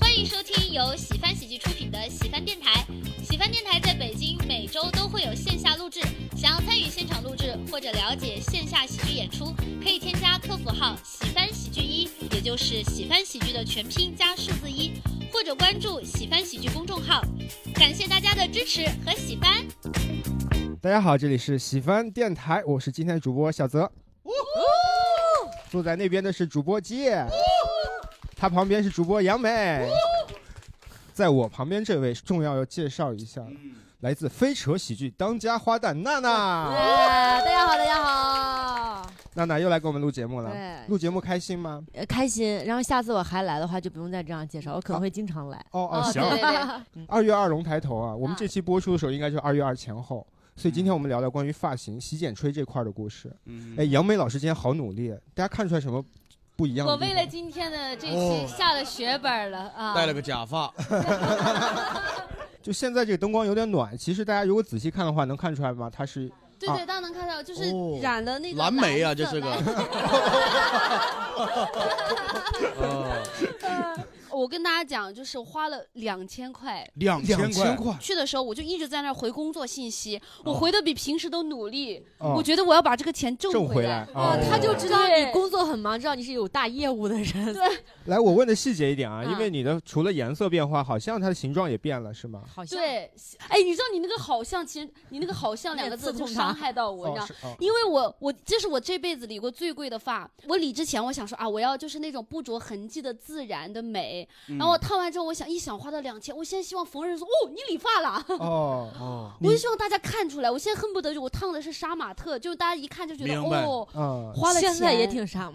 欢迎收听由喜翻喜剧出品的喜翻电台。喜翻电台在北京每周都会有线下录制，想要参与现场录制或者了解线下喜剧演出，可以添加客服号“喜翻喜剧一”，也就是喜翻喜剧的全拼加数字一，或者关注喜翻喜剧公众号。感谢大家的支持和喜翻。大家好，这里是喜翻电台，我是今天的主播小泽。坐在那边的是主播鸡，他旁边是主播杨梅，在我旁边这位重要要介绍一下，来自飞车喜剧当家花旦娜娜。哎，大家好，大家好。娜娜又来给我们录节目了对，录节目开心吗？呃，开心。然后下次我还来的话，就不用再这样介绍，我可能会经常来。哦哦，行。对对二月二龙抬头啊，我们这期播出的时候应该就是二月二前后，所以今天我们聊聊关于发型、洗剪吹这块的故事。哎，杨梅老师今天好努力，大家看出来什么不一样的我地方？为了今天的这哦期下了血本了啊！戴了个假 发，就现在这个灯光有点暖，其实大家如果仔细看的话，能看出来吗？它是啊对对，大家能看到，就是染了那个哦蓝莓啊蓝色这是个哦哦 我跟大家讲，就是花了两千块， 2000块去的时候我就一直在那儿回工作信息，我回的比平时都努力，哦我觉得我要把这个钱挣挣回来来。哦他啊就知道你对工作很忙，知道你是有大业务的人。对，来，我问的细节一点啊，嗯因为你的除了颜色变化，好像它的形状也变了，是吗？好像对，哎，你知道你那个好像，其实你那个好像两个字刺就痛他伤害到我，哦你知道是哦，因为我我这是我这辈子理过最贵的发，我理之前我想说啊，我要就是那种不着痕迹的自然的美，嗯然后我烫完之后，我想一想花到两千，我现在希望逢人说哦，你理发了。哦哦，我就希望大家看出来，我现在恨不得就我烫的是杀马特，就大家一看就觉得哦，嗯，花了钱现在也挺傻，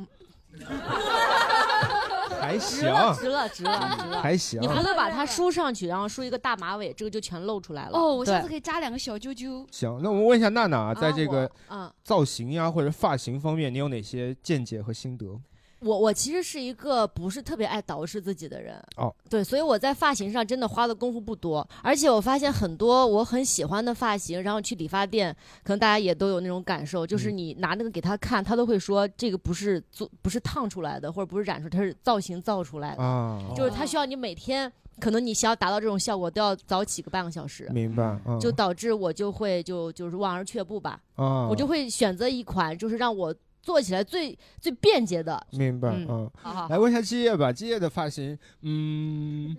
还值行，了，值了，值了，值了。还行你回头把它梳上去，然后梳一个大马尾，这个就全露出来了。哦，我下次对可以扎两个小揪揪。 行。那我们问一下娜娜啊，在这个我嗯造型呀或者发型方面，你有哪些见解和心得？我我其实是一个不是特别爱捯饬自己的人，哦，对，所以我在发型上真的花的功夫不多，而且我发现很多我很喜欢的发型，然后去理发店，可能大家也都有那种感受，嗯就是你拿那个给他看，他都会说这个不是做不是烫出来的，或者不是染出来，它是造型造出来的，啊就是他需要你每天，可能你想要达到这种效果，都要早起个半个小时，明白，嗯，就导致我就会就就是望而却步吧，啊，我就会选择一款就是让我做起来最最便捷的，明白，嗯好好，来问一下基业吧，基业的发型， 嗯，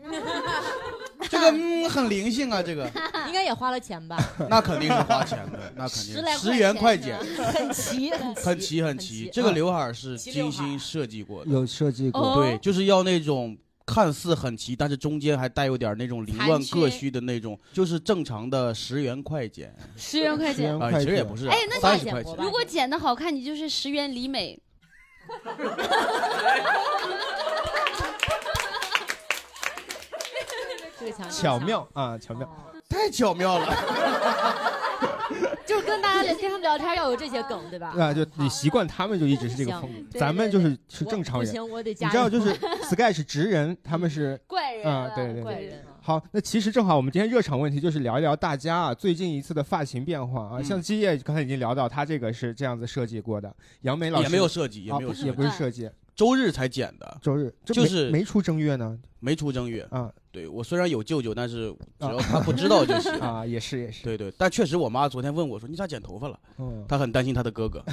这个嗯很灵性啊， 这个嗯应该也花了钱吧？那肯定是花钱的，那肯定十来块十元快钱剪， 很齐， 很齐很齐。这个刘海儿是精心设计过的，有设计过，对，就是要那种。看似很齐，但是中间还带有点那种凌乱各虚的那种，就是正常的十元快剪，十元块钱啊，其实也不是，哎，那你三十块钱，如果剪的好看，你就是十元里 美。这个强巧妙啊，巧妙，哦太巧 妙了。就是跟大家跟他们聊天要有这些梗，对吧？啊，就你习惯他们就一直是这个行风格，对咱们就是是我正常不人。行我得你加知道，入就是 Sky 是直 人，他们是怪人啊啊，对对怪对人啊。好，那其实正好，我们今天热场问题就是聊一聊大家啊最近一次的发型变化嗯啊，像基业刚才已经聊到，他这个是这样子设计过的，杨梅老师也没有设计也啊没有不设也不是计设嗯计，周日才剪的，周日这就没是没出正月呢没出正月啊。对我虽然有舅舅，但是只要他不知道就行 啊，也是也是。对对，但确实我妈昨天问我说：“你咋剪头发了？”嗯她很担心她的 哥哥。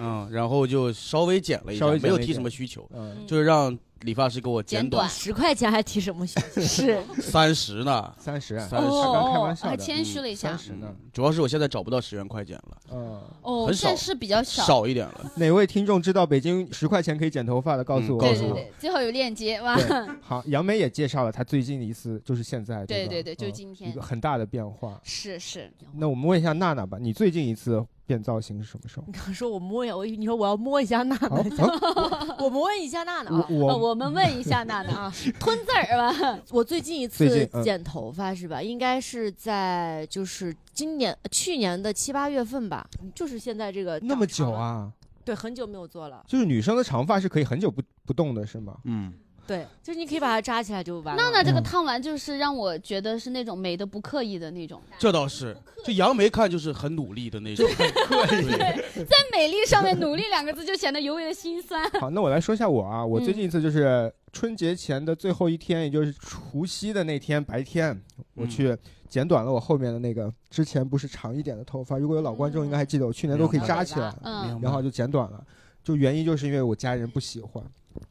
嗯，然后就稍微剪了一下，稍微剪没了一有下提什么需求，嗯就是让理发师给我短十块钱还提什么需求？三十呢，三十啊，三十。嗯他刚开玩笑的，还哦谦虚了一下三。十呢，主要是我现在找不到十元快剪了，嗯。哦，很少现在是比较少。少一点了。哪位听众知道北京十块钱可以剪头发的，告诉我。嗯告对诉对我对，最后有链接哇。 对，好，杨梅也介绍了她最近的一次，就是现在这对个。对对，就是嗯今一天个。很大的变化。 是是，那我们问一下娜娜吧，你最近一次变造型是什么时候？你刚说我摸一下，我以为你说我要摸一下娜娜， 我们问一下娜娜啊，啊我我啊我们问一下娜娜啊，吞字儿吧。 我最近一最次近嗯剪头发是吧？应该是在就是今年去年的七八月份吧，就是现在这个那么长长久了？啊？对，很久没有做了。就是女生的长发是可以很久不不动的，是吗？嗯，对，就是你可以把它扎起来就完了。娜娜这个嗯烫完就是让我觉得是那种美的不刻意的那 种，这倒是，就杨梅看就是很努力的 那种，对在美丽上面“努力”两个字就显得尤为的心酸。 好，那我来说一下我啊，我最嗯近一次就是春节前的最后一天，也就是除夕的那天白天，我嗯去剪短了我后面的那个之前不是长一点的头发，如果有老观众应该还记得，我去年都可以扎起来，嗯，明白然后就剪短了。就原因就是因为我家人不喜欢，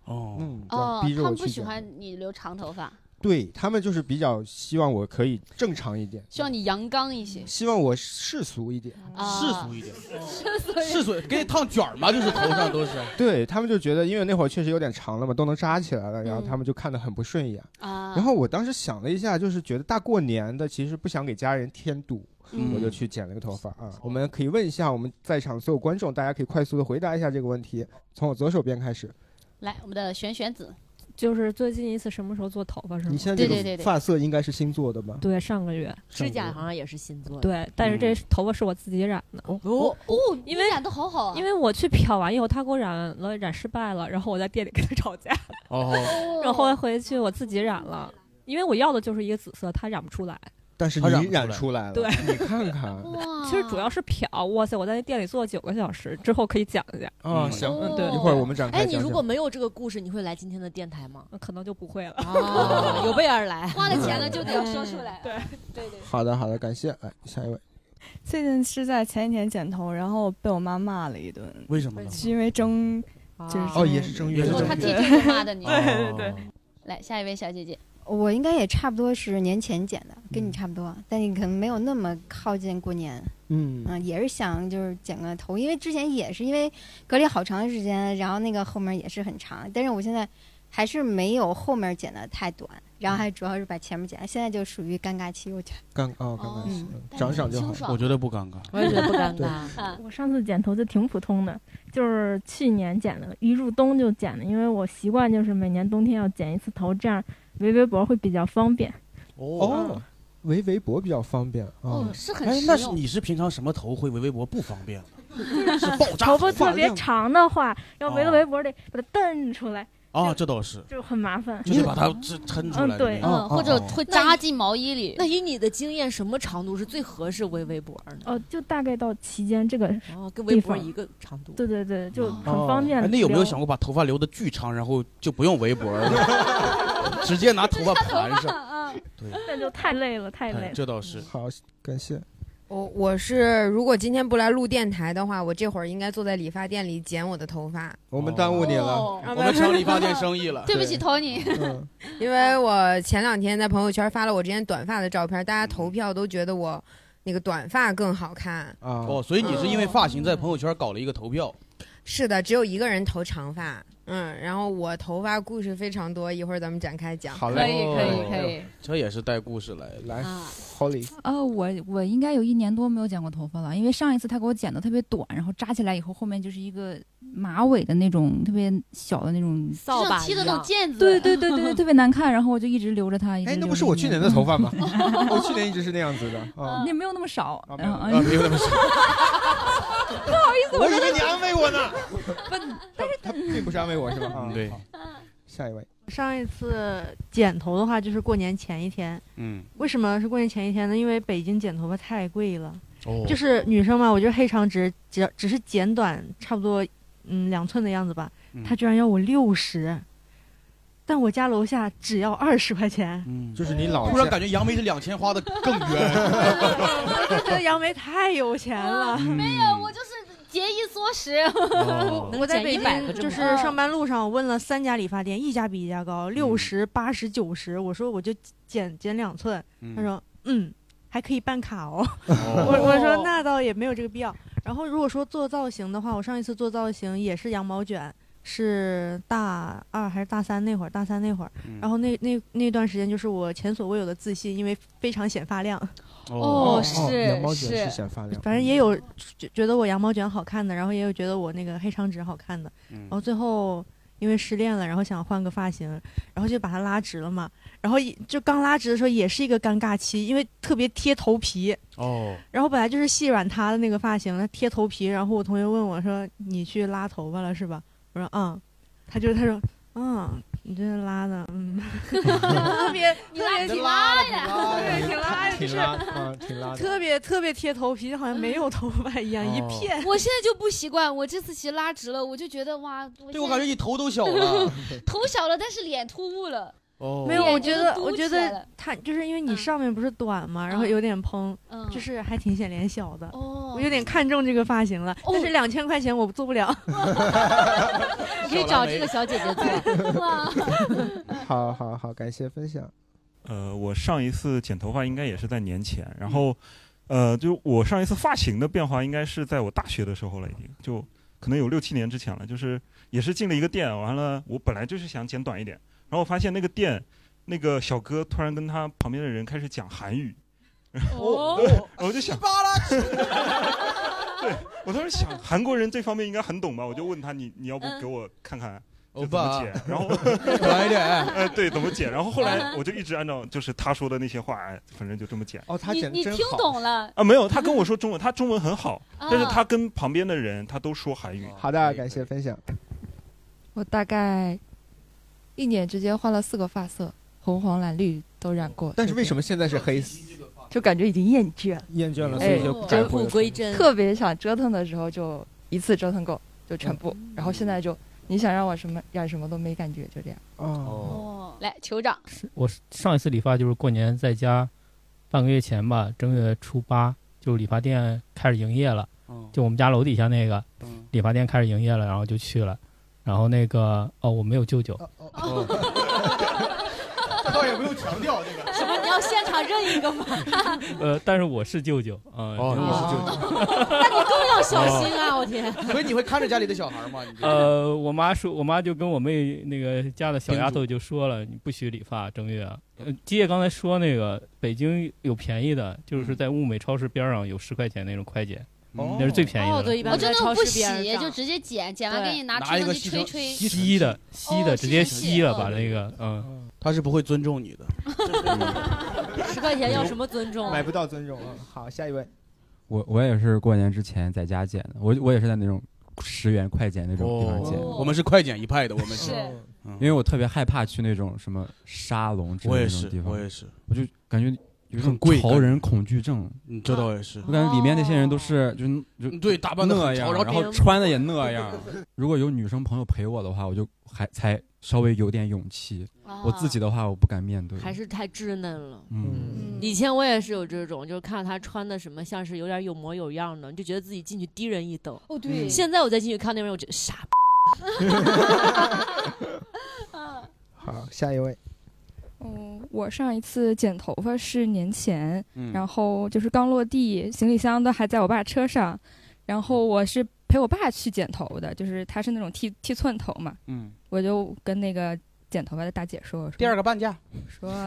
哦，嗯，哦，逼着他我们去不喜剪欢你留长头发，对他们就是比较希望我可以正常一点，希望你阳刚一些。希望我世俗一点。嗯啊世俗一 点，所以世俗给你烫卷儿嘛，就是头上都是。 对他们就觉得，因为那会儿确实有点长了嘛，都能扎起来了，然后他们就看得很不顺眼。嗯啊，然后我当时想了一下，就是觉得大过年的，其实不想给家人添堵，嗯我就去剪了个头发啊。我们可以问一下我们在场所有观众，大家可以快速的回答一下这个问题。从我左手边开始，来我们的玄玄子，就是最近一次什么时候做头发是吗？你现在嗯对对这对个对发色应该是新做的吧？对，上个月指甲好像也是新做的。对，但嗯是这头发是我自己染的，哦，哦，因为你染的好好啊，因为为我去漂完以后，他给我染了，染失败了，然后我在店里跟他吵 架，哦，然后回去我自己染了，因为我要的就是一个紫色，他染不出来。但是它染你不染出出来了，对，你看 看哇，其实主要是漂，哇塞，我在那店里坐了九个小时，之后可以讲一下，啊，嗯行，哦嗯对一会儿我们展开哎，你讲如讲果。没有这个故事，你会来今天的电台吗？可能就不会了。啊，有备而来。花了嗯钱了就得要说出来，对对对，好的，好的，感谢。哎，下一位，最近是在前几天剪头，然后被我妈骂了一顿，为什么呢？是因为争就是啊哦，也是正月，也是哦，正他月替这个骂的你。对对来下一位小姐姐，我应该也差不多是年前剪的，跟你差不多，但你可能没有那么靠近过年，嗯嗯、也是想就是剪个头，因为之前也是因为隔离好长时间，然后那个后面也是很长，但是我现在还是没有后面剪的太短，然后还主要是把前面剪，现在就属于尴尬期，我觉得。刚哦，刚开始嗯嗯长长就好清。爽我觉得不尴尬。我也觉得不尴尬。啊，我上次剪头就挺普通的，就是去年剪的，一入冬就剪的，因为我习惯就是每年冬天要剪一次头，这样围围脖会比较方便。哦，围围脖比较方便啊哦，。是很哎，实那是用。你是平常什么头会围围脖不方便嗯呢？是爆炸头发头特别长的话，要围了哦围脖得把它蹬出来，啊，这倒是，就很麻烦。就得把它抻抻出来。嗯对那个哦嗯，或者哦会扎进毛衣里。那以你的经验，什么长度是最合适围围脖呢？哦，就大概到齐肩这个，哦，跟围脖一个长度。对对对，就很哦方便哎留。那有没有想过把头发留的巨长，然后就不用围脖了， 直接拿头发盘上？ 嗯，那就太累了，太累哎了。这倒是。好，感谢。我我是如果今天不来录电台的话，我这会儿应该坐在理发店里剪我的头发，我们耽误你了。哦我们抢理发店生 意了。 对不起，Tony。嗯，因为我前两天在朋友圈发了我之前短发的照片，大家投票都觉得我那个短发更好看。嗯啊，哦，所以你是因为发型在朋友圈搞了一个投票，是的，只有一个人投长发，嗯，然后我头发故事非常多，一会儿咱们展开讲。好可嘞，以可哦以可以这也是带故事来的。来啊！ ，Holly，呃，我我应该有一年多没有剪过头发了，因为上一次他给我剪的特别短，然后扎起来以后，后面就是一个马尾的那种特别小的那种，扫把像踢一的那种样。毽子，对对对对对，特别难看。然后我就一直留着它，一直哎，那留不是着我它去年的头发吗？ 我去年一直是那样子的啊。也没有那么少，啊没有嗯啊，嗯，没有那么说，我以为你安慰我呢，但 是他并不是安慰我是嗯吧？啊，对好，下一位， 上一次剪头的话，就是过年前一天。嗯，为什么是过年前一天呢？因为北京剪头发太贵了。哦就是女生嘛，我就是黑长直，只只是剪短，差不多嗯两寸的样子吧嗯。，她居然要我六十，但我家楼下只要二十块钱嗯，就是你老突然感觉杨梅这两千花的 更冤。我就觉得 杨梅太有钱了。啊没有，我就是节衣缩食。哦能我在剪北100个这京就么是多上班路上，我问了三家理发店，一家比一家高，六十、八十、九十。我说我就剪剪两寸，他说嗯，还可以办卡哦。 我哦我说那倒也没有这个必要。然后如果说做造型的话，我上一次做造型也是羊毛卷，是大二还是大三那会儿，大三那会儿，嗯然后那那那段时间就是我前所未有的自信，因为非常显发量，哦是羊毛卷是是显发亮，反正也嗯有觉觉得我羊毛卷好看的，然后也有觉得我那个黑长直好看的，嗯然后最后。因为失恋了，然后想换个发型，然后就把它拉直了嘛。然后也就刚拉直的时候也是一个尴尬期，因为特别贴头皮，哦，然后本来就是细软塌的那个发型，他贴头皮。然后我同学问我啊说：“你去拉头发了是吧？”我说：“嗯。”他就他说：“嗯，你这拉的特别你特拉别你拉呀对，挺拉的，就挺 是拉啊， 挺拉的。特别特别贴头皮，好像没有头发一样，一哦片。我现在就不习惯，我这次骑拉直了，我就觉得哇，对对我感觉你头都小 了。头小了，但是脸突兀了。哦没有，我脸觉都得，嘟我觉起来得了他就是因为嗯你上面不是短嘛，然后有点蓬，嗯就是还挺显脸小的。哦我有点看中这个发型了，哦但是两千块钱我做不了。你可以找这个小姐姐做。 哇，好好好，感谢分享。 呃，我上一次剪头发应该也是在年前，然后，呃，就我上一次发型的变化应该是在我大学的时候了，已经就可能有六七年之前了。就是也是进了一个店，完了我本来就是想剪短一点，然后我发现那个店那个小哥突然跟他旁边的人开始讲韩语，哦，我就 想， 对我当时想韩国人这方面应该很懂吧，我就问他你你要不嗯给我看看。就怎么解欧巴， 然后 短一点呃，对，怎么解？然后后来嗯我就一直按照就是他说的那些话，哎，反正就这么剪。哦，他你你听懂了？啊，没有，他跟我说中文，他中文很好，啊但是他跟旁边的人他都说韩语。哦好的，感谢分享。我大概一年之间换了四个发色，红黄蓝绿都染过。但是为什么现在是黑？就感觉已经厌倦了，厌倦了，所哎以就改回了特别想折腾的时候就一次折腾够，就全部。然后现在嗯就你想让我什么染什么都没感觉，就这样。哦，来，酋长，我上一次理发就是过年在家，半个月前吧，正月初八，就理发店开始营业了，嗯就我们家楼底下那个理发店开始营业了，然后就去了，然后那个哦，我没有舅舅，哦倒也不用强调这个。什么？你要现场认一个吗？ 呃，但是我是舅舅，啊，哦你是舅舅舅那你更要小心啊！我天，所以你会看着家里的小孩吗？你呃，我妈说，我妈就跟我妹那个家的小丫头就说了，你不许理发，正月啊。呃，基业刚才说那个北京有便宜的，就是嗯在物美超市边上有十块钱那种快剪，哦那是最便宜的。我真的不洗边儿，上就直接剪，剪完对给你拿吹风机吹吹。吸的吸的，直接吸了把那个嗯。他是不会尊重你的。十块钱要什么尊重？买不到尊重啊！好，下一位，我我也是过年之前在家剪的，我我也是在那种十元快剪那种地方剪，哦我们是快剪一派的，我们是是。嗯嗯因为我特别害怕去那种什么沙龙之类我的也那种是地方，我也是，我就感觉有一种很贵潮人恐惧症，嗯这倒也是嗯我感觉里面那些人都哦是就就对打扮得那很潮样，然后然别后人穿的也那样。 如果有女生朋友陪我的话，我就还才稍微有点勇气，我自己的话我不敢面对，啊还是太稚嫩了。嗯以前我也是有这种，就是看到他穿的什么像是有点有模有样的，你就觉得自己进去低人一等。哦对嗯现在我再进去看那边，我觉得傻。好，下一位，嗯，我上一次剪头发是年前，嗯然后就是刚落地，行李箱都还在我爸车上，然后嗯我是陪我爸去剪头的，就是他是那种剃剃寸头嘛，嗯，我就跟那个剪头发的大姐说，我说第二个半价，说 啊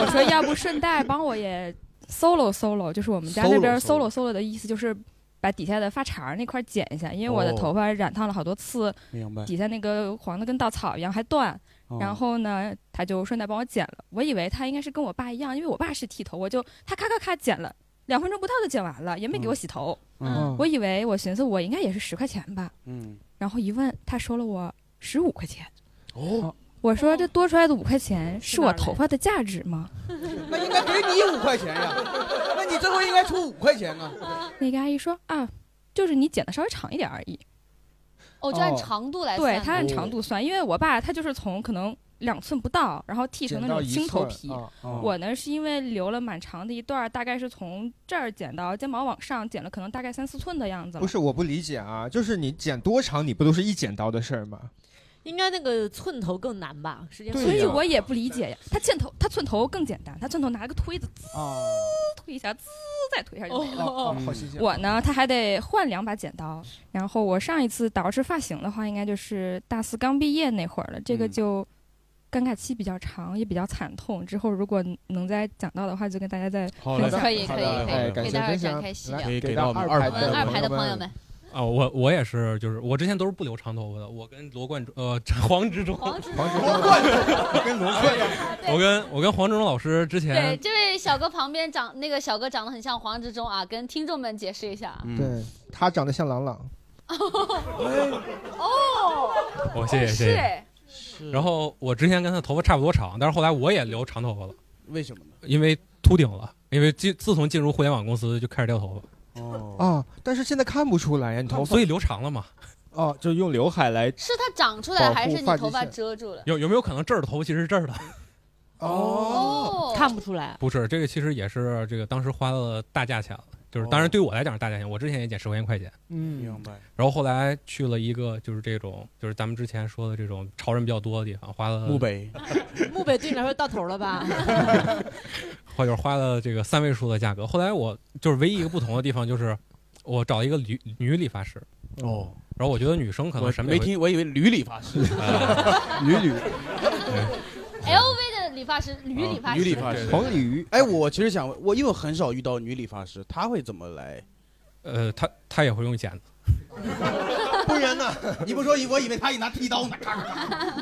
我说要不顺带帮我也 solo solo，就是我们家那边 solo solo solo 的意思就是把底下的发茬儿那块儿剪一下，因为我的哦头发染烫了好多次，明白底下那个黄的跟稻草一样还断。哦然后呢，他就顺带帮我剪了。我以为他应该是跟我爸一样，因为我爸是剃头，我就他咔咔咔剪了，两分钟不到就剪完了，也没给我洗头。 嗯我以为我寻思我应该也是十块钱吧，嗯，然后一问，他收了我十五块钱。哦，我说这多出来的五块钱是我头发的价值吗？那应该给你五块钱呀，那你这回应该出五块钱啊。那个阿姨说啊，就是你剪的稍微长一点而已。哦就按长度来算对的他按长度算，因为我爸他就是从可能两寸不到，然后剃成那剪到种一青头寸皮啊。哦啊我呢是因为留了蛮长的一段儿，大概是从这儿剪到肩膀往上，剪了可能大概三四寸的样子了。不是我不理解啊，就是你剪多长，你不都是一剪刀的事儿吗？应该那个寸头更难吧？时间所以我也不理解呀，他寸头，他寸头更简单，他寸头拿了个推子，滋推一下，滋再推一下就没了。哦哦哦哦好新鲜我呢，他还得换两把剪刀。然后我上一次捯饬发型的话，应该就是大四刚毕业那会儿了，这个就尴尬期比较长，也比较惨痛。之后如果能再讲到的话，就跟大家再好分嘞享可以可以好的可以好的给大家展开细聊可以给给到我们到二排排的的朋排的友朋友们们，啊，我我也是，就是我之前都是不留长头发的，我跟罗贯中，呃， 黄执中，黄执 中，跟罗贯中，我跟我跟黄执中老师之对，前这位小哥旁边长那个小哥长得很像黄执中啊，跟听众们解释一下。对他 长得像朗朗，哦，哦谢谢是谢谢哎然后我之前跟他头发差不多长，但是后来我也留长头发了，为什么呢？因为秃顶了。因为进自从进入互联网公司就开始掉头发，啊哦，但是现在看不出来呀，你头发所以留长了嘛。哦，就用刘海来是它长出保来护还是你发际头发线遮住了？有有没有可能这儿的头其实是这儿的？ 哦，看不出来。 不是，这个其实也是这个当时花了大价钱了，就是哦当然对我来讲是大价钱，我之前也减十块钱快剪，嗯，明白。然后后来去了一个就是这种就是咱们之前说的这种潮人比较多的地方，花了墓碑，墓碑对你来说到头了吧？ 花就是花了这个三位数的价格。后来我就是唯一一个不同的地方 就是我找一个女女理发师，哦，然后我觉得女生可能我审美没会听，我以为驴理发 师哎，驴驴。 LV 哎的理发师，女理发师，女理发师，黄鲤鱼。哎，我其实想问，我因为我很少遇到女理发师，她会怎么来？呃，她她也会用剪子。不然呢？你不说，我以为他一拿剃刀呢，咔咔咔。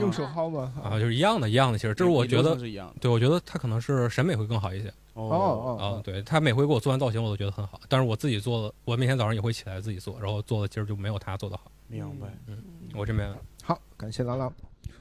用手薅吗？啊，就是一样的，一样的。其实这是我觉流得程是一样的对，我觉得他可能是审美会更好一些。哦啊，对他每回给我做完造型，我都觉得很好。但是我自己做的，我每天早上也会起来自己做，然后做的其实就没有他做的好。明白？嗯，我这边好，感谢郎朗。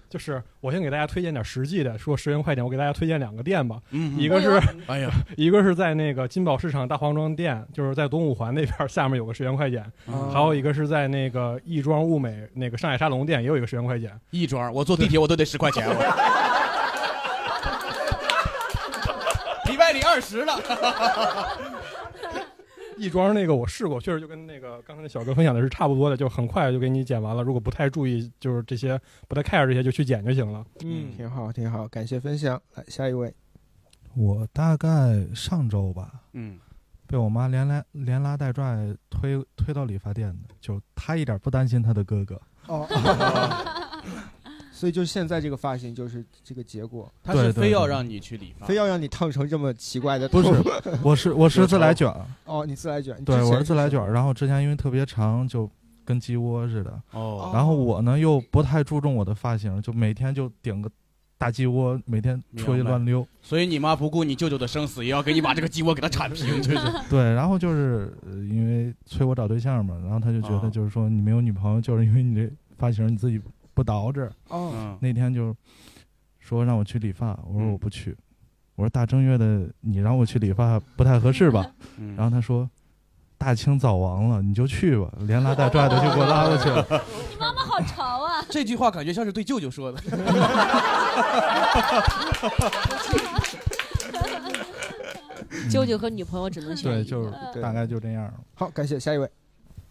就是我先给大家推荐点实际的，说十元快点，我给大家推荐两个店吧。嗯嗯一个是哎呦，哎呀， 一个是在那个金宝市场大黄庄店，就是在东五环那边儿下面有个十元快剪，哦 还有一个是在那个亦庄物美那个上海沙龙店也有一个十元快剪。亦庄，我坐地铁我都得十块 钱，我礼拜里二十了。亦庄那个我试过，确实就跟那个刚才那小哥分享的是差不多的，就很快就给你剪完了。如果不太注意，就是这些不太 care 这些，就去剪就行了。嗯，挺好，挺好，感谢分享。来，下一位，我大概上周吧，嗯，被我妈连拉连拉带拽推推到理发店的，就她一点不担心她的哥哥。哦， 所以就是现在这个发型就是这个结果，他是非要让你去理发，非要让你烫成这么奇怪的头，不是， 我是我是自来卷，哦，你自来卷，你之对，前我是自来卷儿。然后之前因为特别长，就跟鸡窝似的。哦然后我呢又不太注重我的发型，就每天就顶个大鸡窝，每天出去乱溜。所以你妈不顾你舅舅的生死，也要给你把这个鸡窝给他铲平，就是。对，然后就是、呃因为催我找对象嘛，然后他就觉得哦就是说你没有女朋友，就是因为你这发型你自己不捯饬。哦嗯那天就说让我去理发，我说我不去，我说大正月的你让我去理发不太合适吧？嗯然后他说大清早亡了，你就去吧，连拉带拽的就给我拉过 去了。你妈妈好潮啊！这句话感觉像是对舅舅说的。 舅舅和女朋友只能选对，一就个。是大概就这样。好，感谢下一位。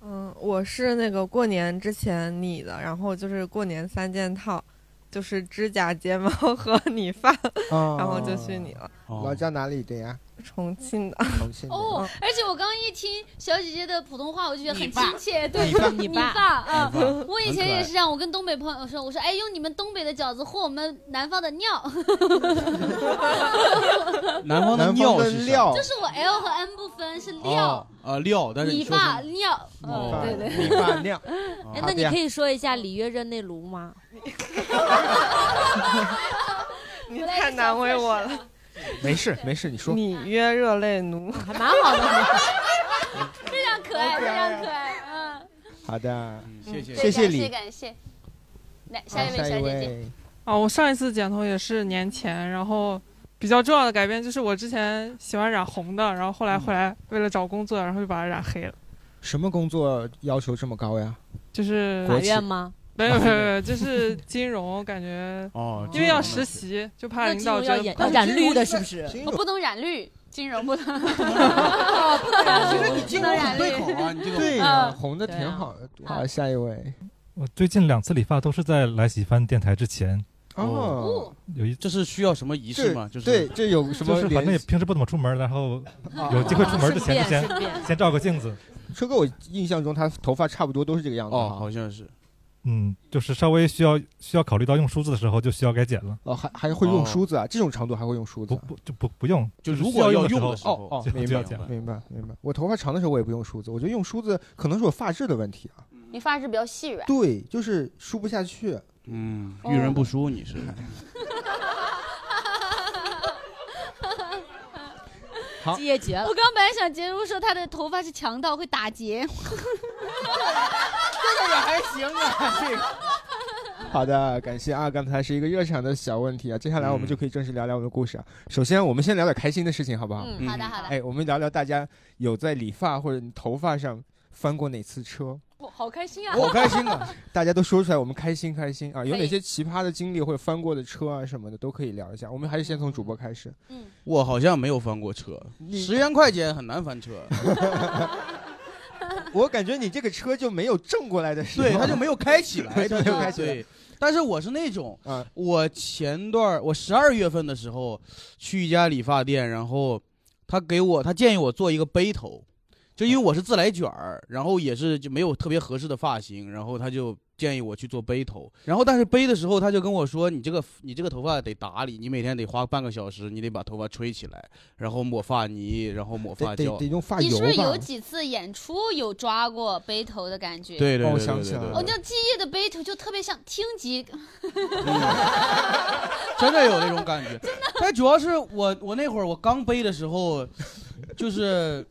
嗯，我是那个过年之前拟的，然后就是过年三件套，就是指甲、睫毛和理发，哦然后就去拟了。老家哪里的呀？重庆的。重庆的。哦嗯而且我刚刚一听小姐姐的普通话，我就觉得很你爸亲切。对，你说爸你你爸爸啊你爸，我以前很可爱也是这样。我跟东北朋友说，我说哎，用你们东北的饺子和我们南方的尿， 南方的 南方尿的是啥料就是我 L 和 M 不分，是哦料。啊料，但是你说是爸尿，嗯，哦对对，理发 量。哎，那你可以说一下里约热内卢吗？ 你太难为我了。没事没事，你说。哦里约热内卢还蛮好的。 非常可爱，非常可爱，嗯。 好的，嗯嗯谢谢谢谢对你。嗯感谢感谢。来，下一位好小下一姐姐，位，啊，我上一次剪头也是年前，然后比较重要的改变就是我之前喜欢染红的，然后后来回来为了找工作，然后就把它染黑了，什么工作要求这么高呀？就是国企法院吗没有没 有没有，就是金融感觉哦因为要实习，就怕领导觉得哦那染绿的是不是？我不能染绿，金融不 能，哦不能染绿其实你金融很对口啊，你这对呀，啊，红的挺好的。好，下一位。我最近两次理发都是在来喜番电台之前。哦，有一这是需要什么仪式吗？这就是对这有什么就是反正联也系平时不怎么出门，然后啊有机会出门之前就顺便顺便先先照个镜子，车哥，我印象中他头发差不多都是这个样子。哦，好像是。嗯，就是稍微需要需要考虑到用梳子的时候就需要该剪了。哦，还还会用哦梳子啊？这种长度还会用梳子啊？不就不不用，就是如需果要要用用的时候，哦哦，就明就要白剪了。明白明白。我头发长的时候我也不用梳子，我觉得用梳子可能是我发质的问题啊。你发质比较细软，对，就是梳不下去。嗯，遇人不淑， 你是。好结节了我刚本来想结束说她的头发是强盗，会打结。这个也还行啊，这个。好的，感谢啊，刚才是一个热场的小问题啊，接下来我们就可以正式聊聊我们的故事啊。首先，我们先聊点开心的事情，好不好？嗯好的好的哎，我们聊聊大家有在理发或者你头发上翻过哪次 车？我好开心啊！我开心啊！大家都说出来，我们开心开心啊！有可以哪些奇葩的经历或者翻过的车啊什么的，都可以聊一下。我们还是先从主播开始。嗯，我好像没有翻过车，十元快钱很难翻车。 我感觉你这个车就没有正过来的时候，对，它就没有开起来， 对嗯没有开起来对。但是我是那种，我前段儿我十二月份的时候去一家理发店，然后他给我他建议我做一个背头，就因为我是自来卷儿，然后也是就没有特别合适的发型，然后他就建议我去做背头。然后但是背的时候他就跟我说，你这个你这个头发得打理，你每天得花半个小时，你得把头发吹起来，然后抹发泥，然后抹发得胶，得用发你是不是有几次演出有抓过背头的感觉？对对对对对对我想起来了哦，那记忆的背头就特别像听 级，真的有那种感觉。但主要是我我那会儿我刚背的时候，就是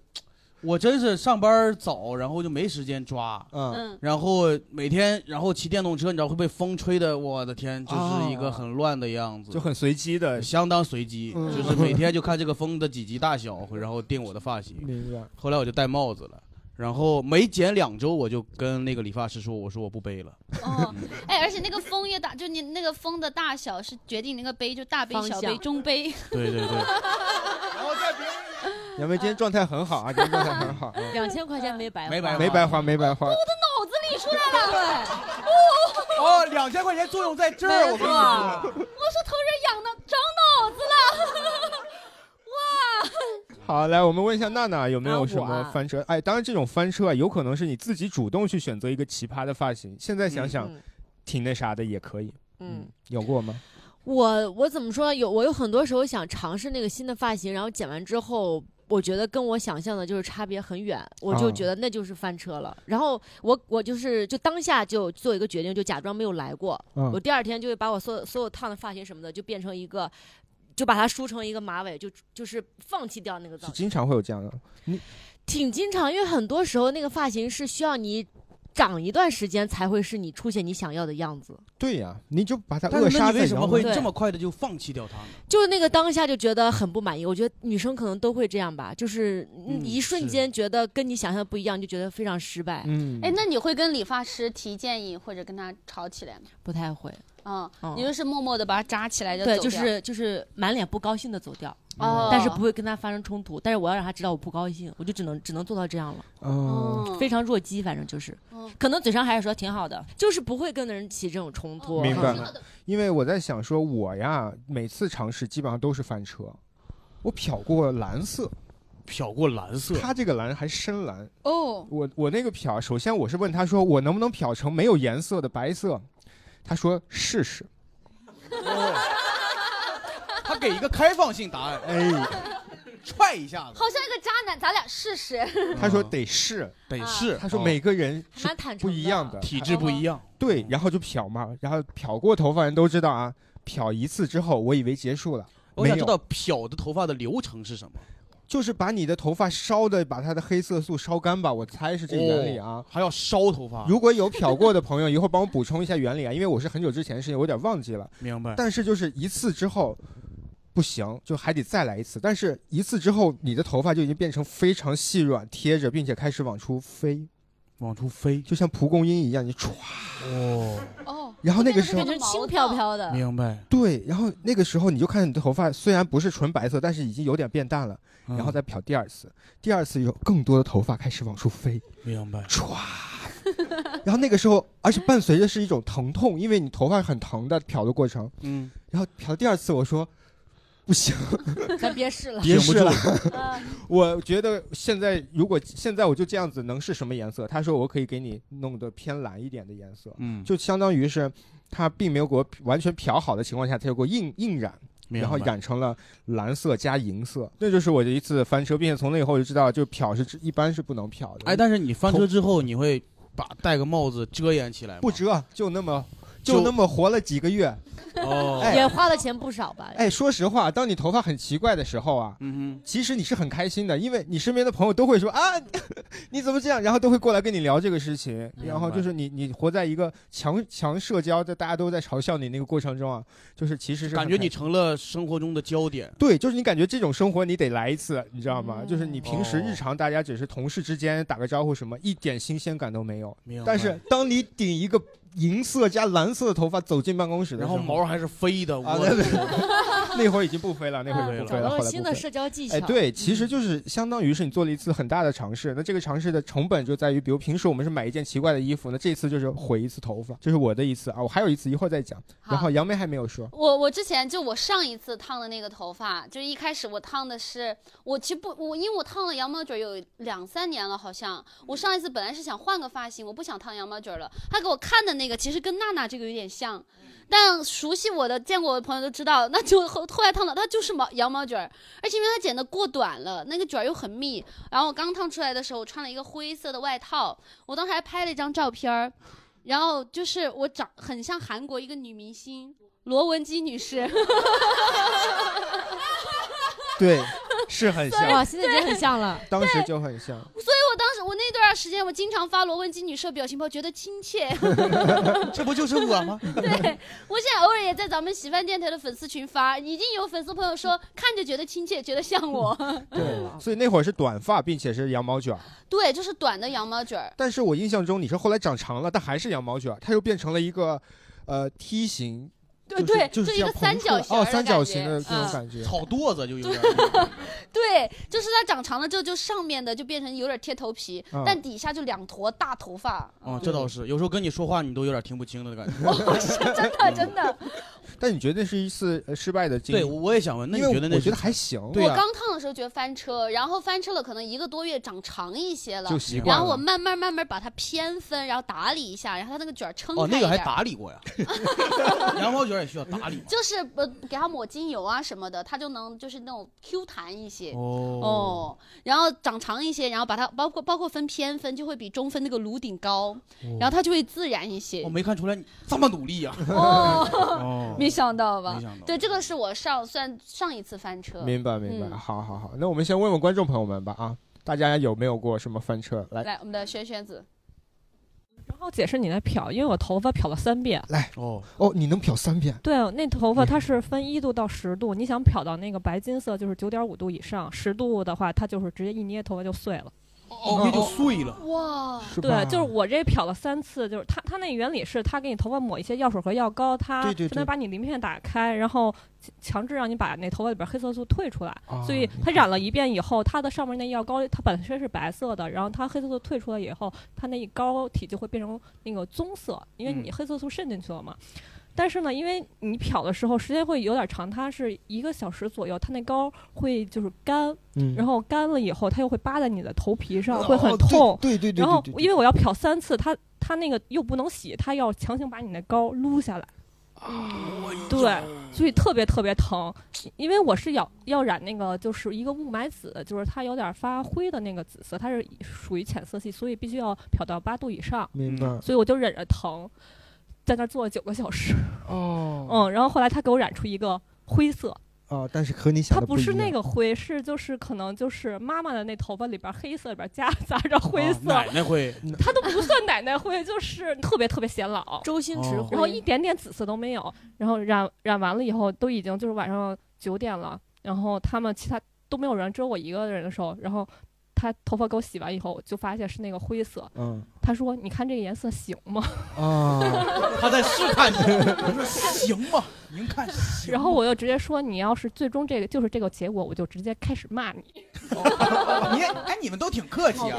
我真是上班早，然后就没时间抓，嗯然后每天然后骑电动车，你知道会被风吹的，我的天，就是一个很乱的样子，哦就很随机的，相当随机，嗯就是每天就看这个风的几级大小，然后定我的发型。明白。后来我就戴帽子了。然后没剪两周，我就跟那个理发师说：“我说我不背了。哎，而且那个风也大，就你那个风的大小是决定那个杯，就大杯、方小向杯、中杯。对对对， 杨梅今天状态很好啊，今天状态很好 啊， 两千块钱没白花，没白没白花，没白花。我的脑子里出来了， 对，哦，两千块钱作用在这儿，我跟你说，我说头人痒的长脑子了，哇！好，来，我们问一下娜娜有没有什啊我么啊翻车？哎，当然这种翻车啊，有可能是你自己主动去选择一个奇葩的发型。现嗯在想想，挺那啥的也可以。嗯，有过吗？我我怎么说？有我有很多时候想尝试那个新的发型，然后剪完之后，我觉得跟我想象的就是差别很远，我就啊觉得那就是翻车了。然后我我就是就当下就做一个决定，就假装没有来过。嗯我第二天就会把我所有所有烫的发型什么的，就变成一个，就把它梳成一个马尾，就就是放弃掉那个造型。就经常会有这样的。你挺经常，因为很多时候那个发型是需要你长一段时间才会是你出现你想要的样子。对呀、你就把它但扼是那杀你在为什摇么篮会里这么快的就放弃掉它呢？就是那个当下就觉得很不满意，我觉得女生可能都会这样吧，就是嗯一瞬间觉得跟你想象不一样，就觉得非常失败。嗯哎，那你会跟理发师提建议或者跟他吵起来吗？不太会，嗯，嗯你就是默默的把它扎起来就对，走就掉是就是满脸不高兴的走掉，哦但是不会跟他发生冲突，但是我要让他知道我不高兴，我就只能只能做到这样了，哦非常弱鸡，反正就是，哦可能嘴上还是说挺好的，就是不会跟人起这种冲突，明白了，因为我在想说，我呀，每次尝试基本上都是翻车。我漂过蓝色，漂过蓝色，他这个蓝还深蓝。哦，我我那个漂，首先我是问他说，我能不能漂成没有颜色的白色？他说试试。嗯他给一个开放性答案，哎，踹一下子。好像一个渣男，咱俩试试。他说得试，得试他说哦每个人是还啊蛮坦不诚的一样的，体质不一样。对，然后就漂嘛，然后漂过头发人都知道啊，漂一次之后，我以为结束了，我想没有知道漂的头发的流程是什么？就是把你的头发烧的，把它的黑色素烧干吧，我猜是这个原理啊。哦还要烧头发？如果有漂过的朋友，一会儿帮我补充一下原理啊，因为我是很久之前的事情，我有点忘记了。明白但是就是一次之后不行，就还得再来一次。但是一次之后，你的头发就已经变成非常细软贴着，并且开始往出飞，往出飞，就像蒲公英一样，你歘。哦。哦，然后那个时候感觉轻飘飘的，明白。对，然后那个时候你就看你的头发虽然不是纯白色，但是已经有点变淡了，然嗯后再漂第二次，第二次有更多的头发开始往出飞，明白？歘，然后那个时候，而且伴随着是一种疼痛，因为你头发很疼的漂的过程，嗯，然后漂第二次我说不行，咱别试了，别试 了， 我觉得现在如果现在我就这样子能是什么颜色？他说我可以给你弄得偏蓝一点的颜色，嗯就相当于是他并没有给我完全漂好的情况下，他就给我硬硬染。明白然后染成了蓝色加银色，那就是我的一次翻车，并且从那以后我就知道，就漂是一般是不能漂的。哎，但是你翻车之后，你会把戴个帽子遮掩起来吗？不遮，就那么就那么活了几个月。哦哎也花了钱不少吧？哎，说实话，当你头发很奇怪的时候啊，嗯其实你是很开心的，因为你身边的朋友都会说啊， 你怎么这样，然后都会过来跟你聊这个事情，然后就是你你活在一个强强社交，在大家都在嘲笑你那个过程中啊，就是其实是很感觉开你成了生活中的焦点。对，就是你感觉这种生活你得来一次，你知道吗？就是你平哦时日常大家只是同事之间打个招呼什么，一点新鲜感都没有明白。但是当你顶一个银色加蓝色的头发走进办公室的时然候，后毛还是飞的，啊，我对对，那会儿已经不飞了，那会儿已经不飞啊找到了，了后来不新飞的了社交技哎，巧嗯对，其实就是相当于是你做了一次很大的尝试。那这个尝试的成本就在于，比如平时我们是买一件奇怪的衣服，那这次就是毁一次头发，这是我的一次啊，我还有一次一会儿再讲。然后杨梅还没有说，我我之前就我上一次烫的那个头发，就是一开始我烫的是我其实不我因为我烫了羊毛卷有两三年了，好像我上一次本来是想换个发型，我不想烫羊毛卷了。他给我看的那个其实跟娜娜这个有点像，但熟悉我的见过我的朋友都知道，那就后后来烫的它就是毛羊毛卷，而且因为它剪的过短了，那个卷又很密。然后我刚烫出来的时候，我穿了一个灰色的外套，我当时还拍了一张照片儿。然后就是我长很像韩国一个女明星罗文姬女士， 对，是 很像，哇，现在已经很像了。当时就很像。所以我当时我那段时间我经常发罗文姬女士的表情包，觉得亲切。 这不就是我 吗？我现在偶尔也在咱们喜饭电台的粉丝群发，已经有粉丝朋友说看着觉得亲切，觉得像我。 对，所以那会儿是短发，并且是羊毛卷儿。对，就是短的羊毛卷儿。但是我印象中你是后来长长了，但还是羊毛卷儿，它又变成了一个呃梯形。对就是对就就是这一个样三蓬出角来形儿的哦，三感角形觉的那嗯种感觉，草垛子就有 点。对，就是它长长了之后就上面的就变成有点贴头皮，嗯但底下就两坨大头发。啊，这倒是，有时候跟你说话你都有点听不清的感觉。 真的真的，但你觉得是一次呃失败的经历？对我我也想问那你因为觉得那我是觉得还行。哦我刚烫的时候觉得翻车，然后翻车了，可能一个多月长长一些了，就习惯了然后我慢慢慢慢把它偏分，然后打理一下，然后它那个卷儿撑开哦，一那点。个还打理 过呀，羊毛卷也需要打理。就是呃，给它抹精油啊什么的，它就能就是那种 Q 弹一些哦哦然后长长一些，然后把它包括包括分偏分，就会比中分那个颅顶高，然后它就会自然一些。我哦没看出来你这么努力呀。 哦，没想到吧没想到？对，这个是我上算上一次翻车。明白明白，嗯好好好，那我们先问问观众朋友们吧啊，大家有没有过什么翻车？来，来，我们的轩轩子，然后解释你的漂，因为我头发漂了三遍。来哦哦，你能漂三遍？对，那头嗯发它是分一度到十度，你想漂到那个白金色就是九点五度以上，十度的话，它就是直接一捏头发就碎了。哦，那就碎了。哇是吧对，就是我这漂了三次，就是它它那原理是它给你头发抹一些药水和药膏，它对对就能对把你鳞片打开，然后强强制让你把那头发里边黑色素退出来。啊所以它染了一遍以后，它的上面那药膏它本身是白色的，然后它黑色素退出来以后，它那一膏体就会变成那个棕色，因为你嗯黑色素渗进去了嘛。但是呢，因为你漂的时候时间会有点长，它是一个小时左右，它那膏会就是干，嗯然后干了以后它又会扒在你的头皮上，哦会很对痛。对对对然后对对对因为我要漂三次，它它那个又不能洗，它要强行把你的膏撸下来。啊对，所以特别特别疼，因为我是要要染那个，就是一个雾霾紫，就是它有点发灰的那个紫色，它是属于浅色系，所以必须要漂到八度以上。明白所以我就忍着疼，在那儿坐了九个小时。哦， 嗯，然后后来他给我染出一个灰色，啊，但是和你想它的不一是那样个灰，是就是可能就是妈妈的那头发里边黑色里边夹 杂着哦灰色，奶奶哎 会，它都不算奶奶灰，就是特别特别显老，周星驰灰然后一点点紫色都没有，然后染染完了以后都已经就是晚上九点了，然后他们其他都没有人，只有我一个人的时候，然后他头发给我洗完以后，我就发现是那个灰色，嗯他说你看这个颜色行吗？ 啊，他在试探你，我说行吗？您看行吗。然后我又直接说你要是最终这个就是这个结果，我就直接开始骂你。 你哎，你们都挺客气啊。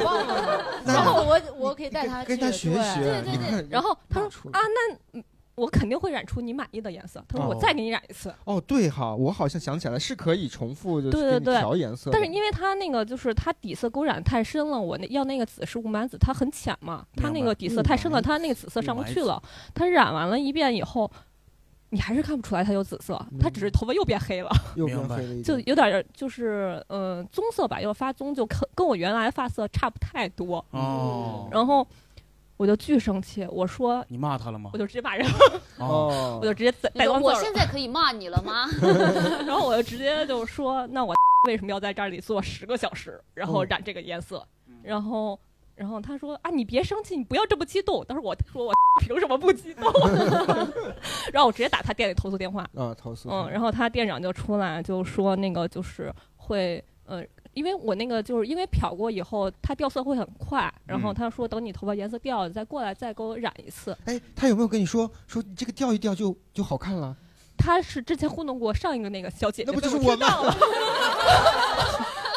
然 后我我可以带他跟他去学对学啊对对嗯你看对。然后他说啊，那嗯我肯定会染出你满意的颜色。他说哦我再给你染一次。哦，对哈，我好像想起来是可以重复就是对给对你对，调颜色的，但是因为它那个就是它底色给我染得太深了，我那要那个紫是雾霾紫，它很浅嘛，它那个底色太深了，它那个紫色上不去了。它染完了一遍以后，你还是看不出来它有紫色，它只是头发又变黑了。嗯又变黑了一点，就有点儿就是嗯、呃棕色吧，有点发棕，就跟跟我原来发色差不太多。哦然后我就巨生气，我说你骂他了吗我？就直接骂人了，哦我就直接带你带说光棍我儿了现在可以骂你了 吗？然后我就直接就说，那我 为什么要在这里坐十个小时，然后嗯染这个颜色？然后，然后他说啊，你别生气，你不要这么激动。当时我说我 凭什么不激动？ 然后我直接打他店里投诉电话。啊，投诉。嗯，然后他店长就出来就说那个就是会呃。因为我那个就是因为漂过以后，它掉色会很快。然后嗯他说，等你头发颜色掉了，你再过来再给我染一次。哎，他有没有跟你说说你这个掉一掉就就好看了？他是之前糊弄过上一个那个小姐那姐，不就是被我听到吗了？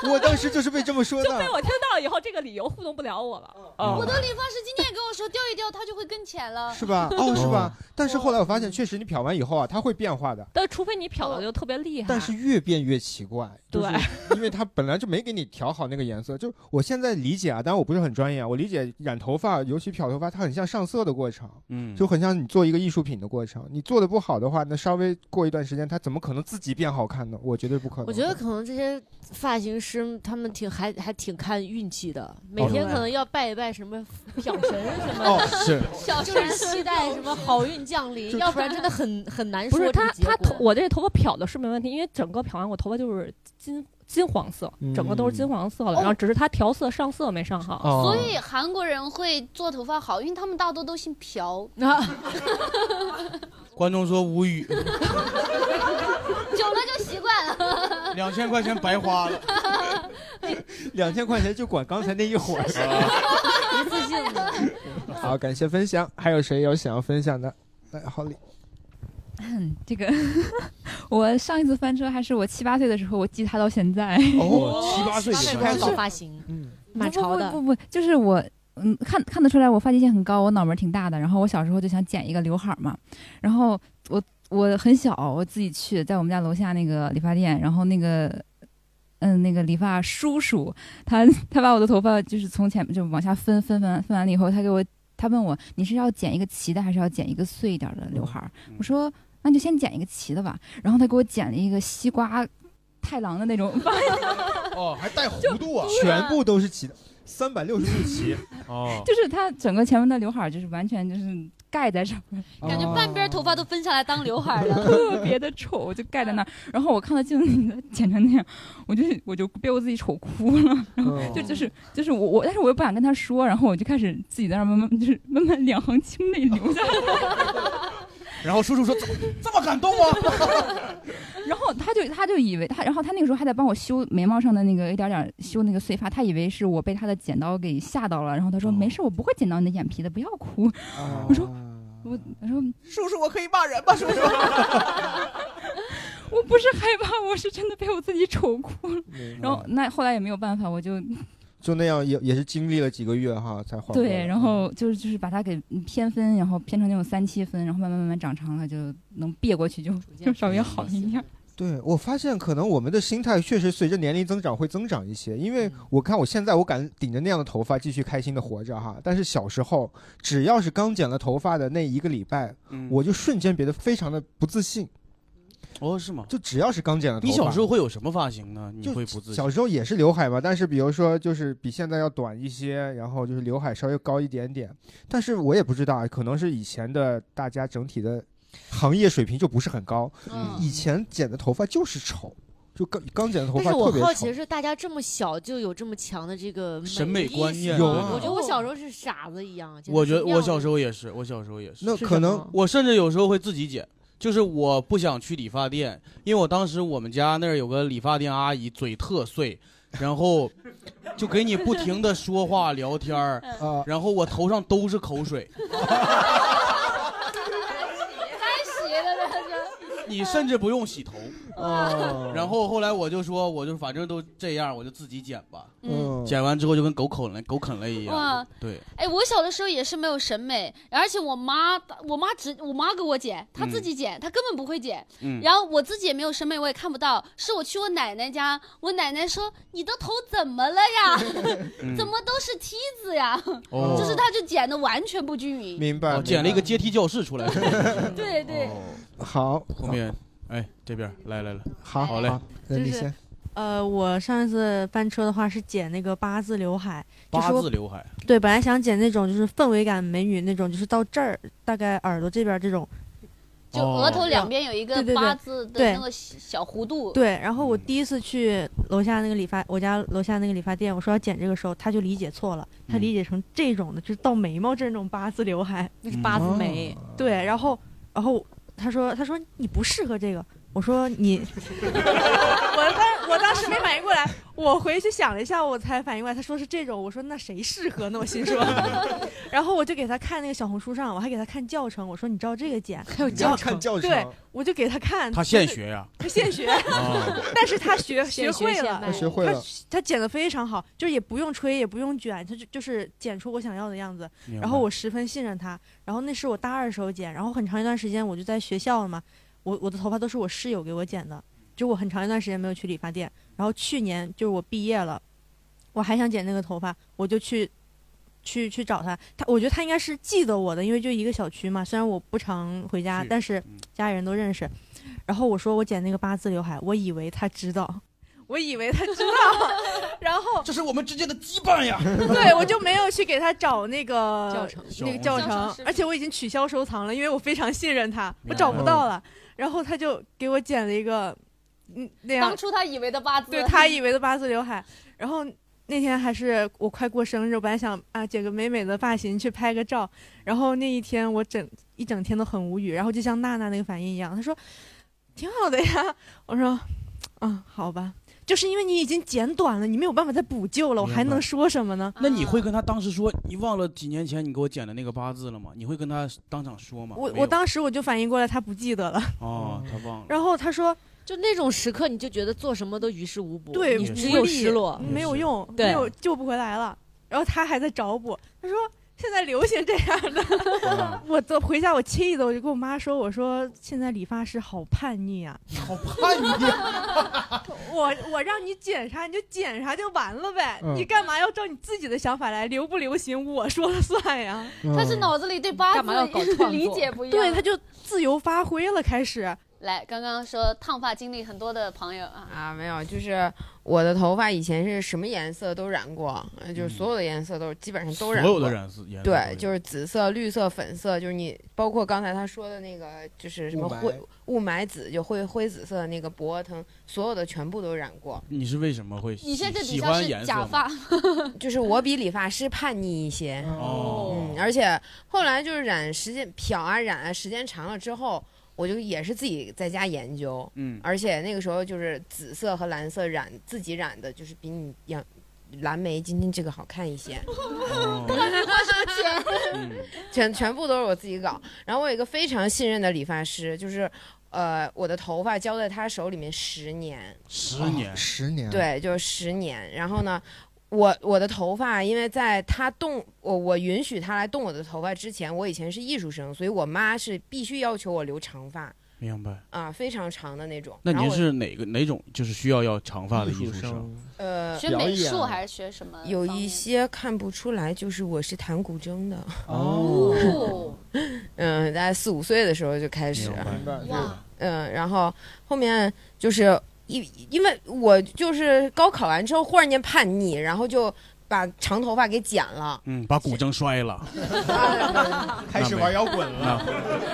我当时就是被这么说 就被的。我听到以后，这个理由糊弄不了我了。哦我的理发师今天也跟我说，掉一掉它就会更浅了，是 吧？哦，是吧？但是后来我发现，确实你漂完以后啊，它会变化的，但除非你漂嗯的就特别厉害，但是越变越奇怪，就是对因为它本来就没给你调好那个颜色。就是我现在理解啊，当然我不是很专业啊，我理解染头发，尤其漂头发，它很像上色的过程，嗯 就很像你做一个艺术品的过程。你做的不好的话，那稍微过一段时间，它怎么可能自己变好看呢？我绝对不可能。我觉得可能这些发型师他们挺还还挺看运气的，每天可能要拜一拜什么小神什么的，哦 是小神期待什么好运降临，要不然真的很很难不说是这个他结他果头我这头发漂的是没问题，因为整个漂完我头发就是金金黄色，整个都是金黄色了，然哦后只是他调色上色没上好。嗯哦所以韩国人会做头发好，因为他们大多都姓朴，观众说 无语，久了就习惯了。两千块钱白花了。两千块钱就管刚才那一会 儿。一次性 的。好，感谢分享。还有谁有想要分享的？来，好李， 这个我上一次翻车还是我七八岁的时候，我记它到现在。 哦七八岁他们也是嗯开始搞发型，不马不超的不不不，就是我，嗯，看看得出来我发际线很高，我脑门儿挺大的。然后我小时候就想剪一个刘海儿嘛，然后我我很小，我自己去在我们家楼下那个理发店，然后那个。嗯，那个理发叔叔，他他把我的头发就是从前就往下分分完分完了以后，他给我他问我你是要剪一个齐的还是要剪一个碎一点儿的刘海儿？我说那就先剪一个齐的吧。然后他给我剪了一个西瓜太郎的那种发型，哦，还带弧度啊，全部都是齐的，三百六十度齐。哦就是它整个前面的刘海儿就是完全就是盖在上面，感觉半边头发都分下来当刘海了，特别的丑，就盖在那儿。然后我看到镜子里它剪成那样，我就我就被我自己丑哭了。然后就就是就是我我，但是我又不敢跟他说，然后我就开始自己在那儿慢慢就是慢慢两行清泪流下来。然后叔叔说怎么这 么感动吗？ 然后他就他就以为他，然后他那个时候还在帮我修眉毛上的那个一点点修那个碎发，他以为是我被他的剪刀给吓到了，然后他说、没事，我不会剪到你的眼皮的，不要哭。我说我我说叔叔，我可以骂人吧？叔叔，我不是害怕，我是真的被我自己丑哭了。然后那后来也没有办法，我就就那样也也是经历了几个月哈，才缓过来对，然后就是就是把它给偏分，然后偏成那种三七分，然后慢慢慢慢长长了，就能别过去就，就稍微好一点。对我发现，可能我们的心态确实随着年龄增长会增长一些。因为嗯我看我现在，我敢顶着那样的头发继续开心的活着哈。但是小时候，只要是刚剪了头发的那一个礼拜，嗯我就瞬间变得非常的不自信。哦，是吗？就只要是刚剪了头发，你小时候会有什么发型呢？你就会不自信？小时候也是刘海嘛，但是比如说就是比现在要短一些，然后就是刘海稍微高一点点。但是我也不知道，啊，可能是以前的大家整体的行业水平就不是很高，嗯以前剪的头发就是丑，就刚刚剪的头但发是我特别好奇丑的。是，大家这么小就有这么强的这个审美意观识吗念有啊我觉得我小时候是傻子一样。简直我觉是得尿我小时候也是，我小时候也是。那是可什能么我甚至有时候会自己剪，就是我不想去理发店，因为我当时我们家那儿有个理发店阿姨嘴特碎，然后就给你不停的说话聊 天儿，嗯然后我头上都是口水。该洗了吧这。你甚至不用洗头，哦然后后来我就说，我就反正都这样，我就自己剪吧。嗯剪完之后就跟狗啃了狗啃了一样哇。对，哎，我小的时候也是没有审美，而且我妈，我妈只我妈给我剪，她自己剪，她根本不会剪。嗯然后我自己也没有审美，我也看不到。是我去我奶奶家，我奶奶说：“你的头怎么了呀？ 嗯怎么都是梯子呀？”哦就是她就剪的完全不均匀。明白哦剪了一个阶梯教室出来。对对， 好，后面，哎，这边来来来，好好嘞好，那就你是先。呃，我上一次翻车的话是剪那个八字刘海，就是八我字刘海对，本来想剪那种就是氛围感美女那种，就是到这儿大概耳朵这边这种，就哦额头两边有一个对对对八字的对那个小弧度。对，然后我第一次去楼下那个理发，我家楼下那个理发店，我说要剪这个时候，他就理解错了，他理解成这种的，就是到眉毛这儿那种八字刘海，那是八字眉。对，然后，然后他说，他说你不适合这个。我说你，我当我当时没反应过来，我回去想了一下，我才反应过来，他说是这种，我说那谁适合呢？我心说，然后我就给他看那个小红书上，我还给他看教程，我说你知道这个剪，还有教程看教程对，我就给他看，他现学呀他现学 哦，但是他学现学会现了，卖学会了他他剪的非常好，就是也不用吹，也不用卷，他就就是剪出我想要的样子明。白然后我十分信任他，然后那是我大二时候剪，然后很长一段时间我就在学校了嘛，我我的头发都是我室友给我剪的，就我很长一段时间没有去理发店，然后去年就是我毕业了，我还想剪那个头发，我就去去去找他，他我觉得他应该是记得我的，因为就一个小区嘛，虽然我不常回家，是但是嗯家里人都认识。然后我说我剪那个八字刘海，我以为他知道，我以为他知道，然后这是我们之间的羁绊呀。 对我就没有去给他找那个教程那个小教红书教程程视频，而且我已经取消收藏了，因为我非常信任他，明白我找不到了。然后他就给我剪了一个，嗯，那样当初他以为的八字，对他以为的八字刘海。然后那天还是我快过生日，我本来想啊剪个美美的发型去拍个照，然后那一天我整一整天都很无语，然后就像娜娜那个反应一样，她说挺好的呀，我说嗯好吧，就是因为你已经剪短了，你没有办法再补救了，我还能说什么呢？那你会跟他当时说，你忘了几年前你给我剪的那个八字了吗？你会跟他当场说吗？我没有我当时我就反应过来，他不记得了。哦，他忘了。然后他说，就那种时刻，你就觉得做什么都于事无补，对，你无只有力失落，没有用，对没有救不回来了。然后他还在找补，他说现在流行这样的，我都回家我气的，我就跟我妈说，我说现在理发师好叛逆啊，好叛逆，我我让你剪啥你就剪啥就完了呗，嗯你干嘛要照你自己的想法来，流不流行我说了算呀。嗯他是脑子里对八字干嘛要搞创作 理解不一样对，他就自由发挥了，开始。来，刚刚说烫发经历很多的朋友啊，啊，没有，就是我的头发以前是什么颜色都染过，呃就是所有的颜色都基本上都染嗯所过，有的染色颜色都对，有就是紫色、绿色、粉色，就是你包括刚才他说的那个，就是什么雾霾灰雾霾紫，就灰灰紫色的那个博阿腾，所有的全部都染过。你是为什么会喜？你现在喜欢颜色吗，， 就是我比理发师叛逆一些。哦嗯，而且后来就是染时间漂啊染啊，时间长了之后，我就也是自己在家研究。嗯而且那个时候就是紫色和蓝色染自己染的，就是比你养蓝莓今天这个好看一 些。哦 全全部都是我自己搞。然后我有一个非常信任的理发师，就是呃，我的头发交在他手里面十年。十年，哦十年，对，就是十年。然后呢，我我的头发，因为在他动我我允许他来动我的头发之前，我以前是艺术生，所以我妈是必须要求我留长发明白。啊，非常长的那种。那然后您我是哪个哪种？就是需要要长发的艺术生？呃学美术还是学什么？有一些看不出来，就是我是弹古筝的。哦， 嗯，大概四五岁的时候就开始。明白明白哇嗯，然后后面就是因因为我就是高考完之后忽然间叛逆，然后就把长头发给剪了。嗯，把古筝摔 了，开那没有。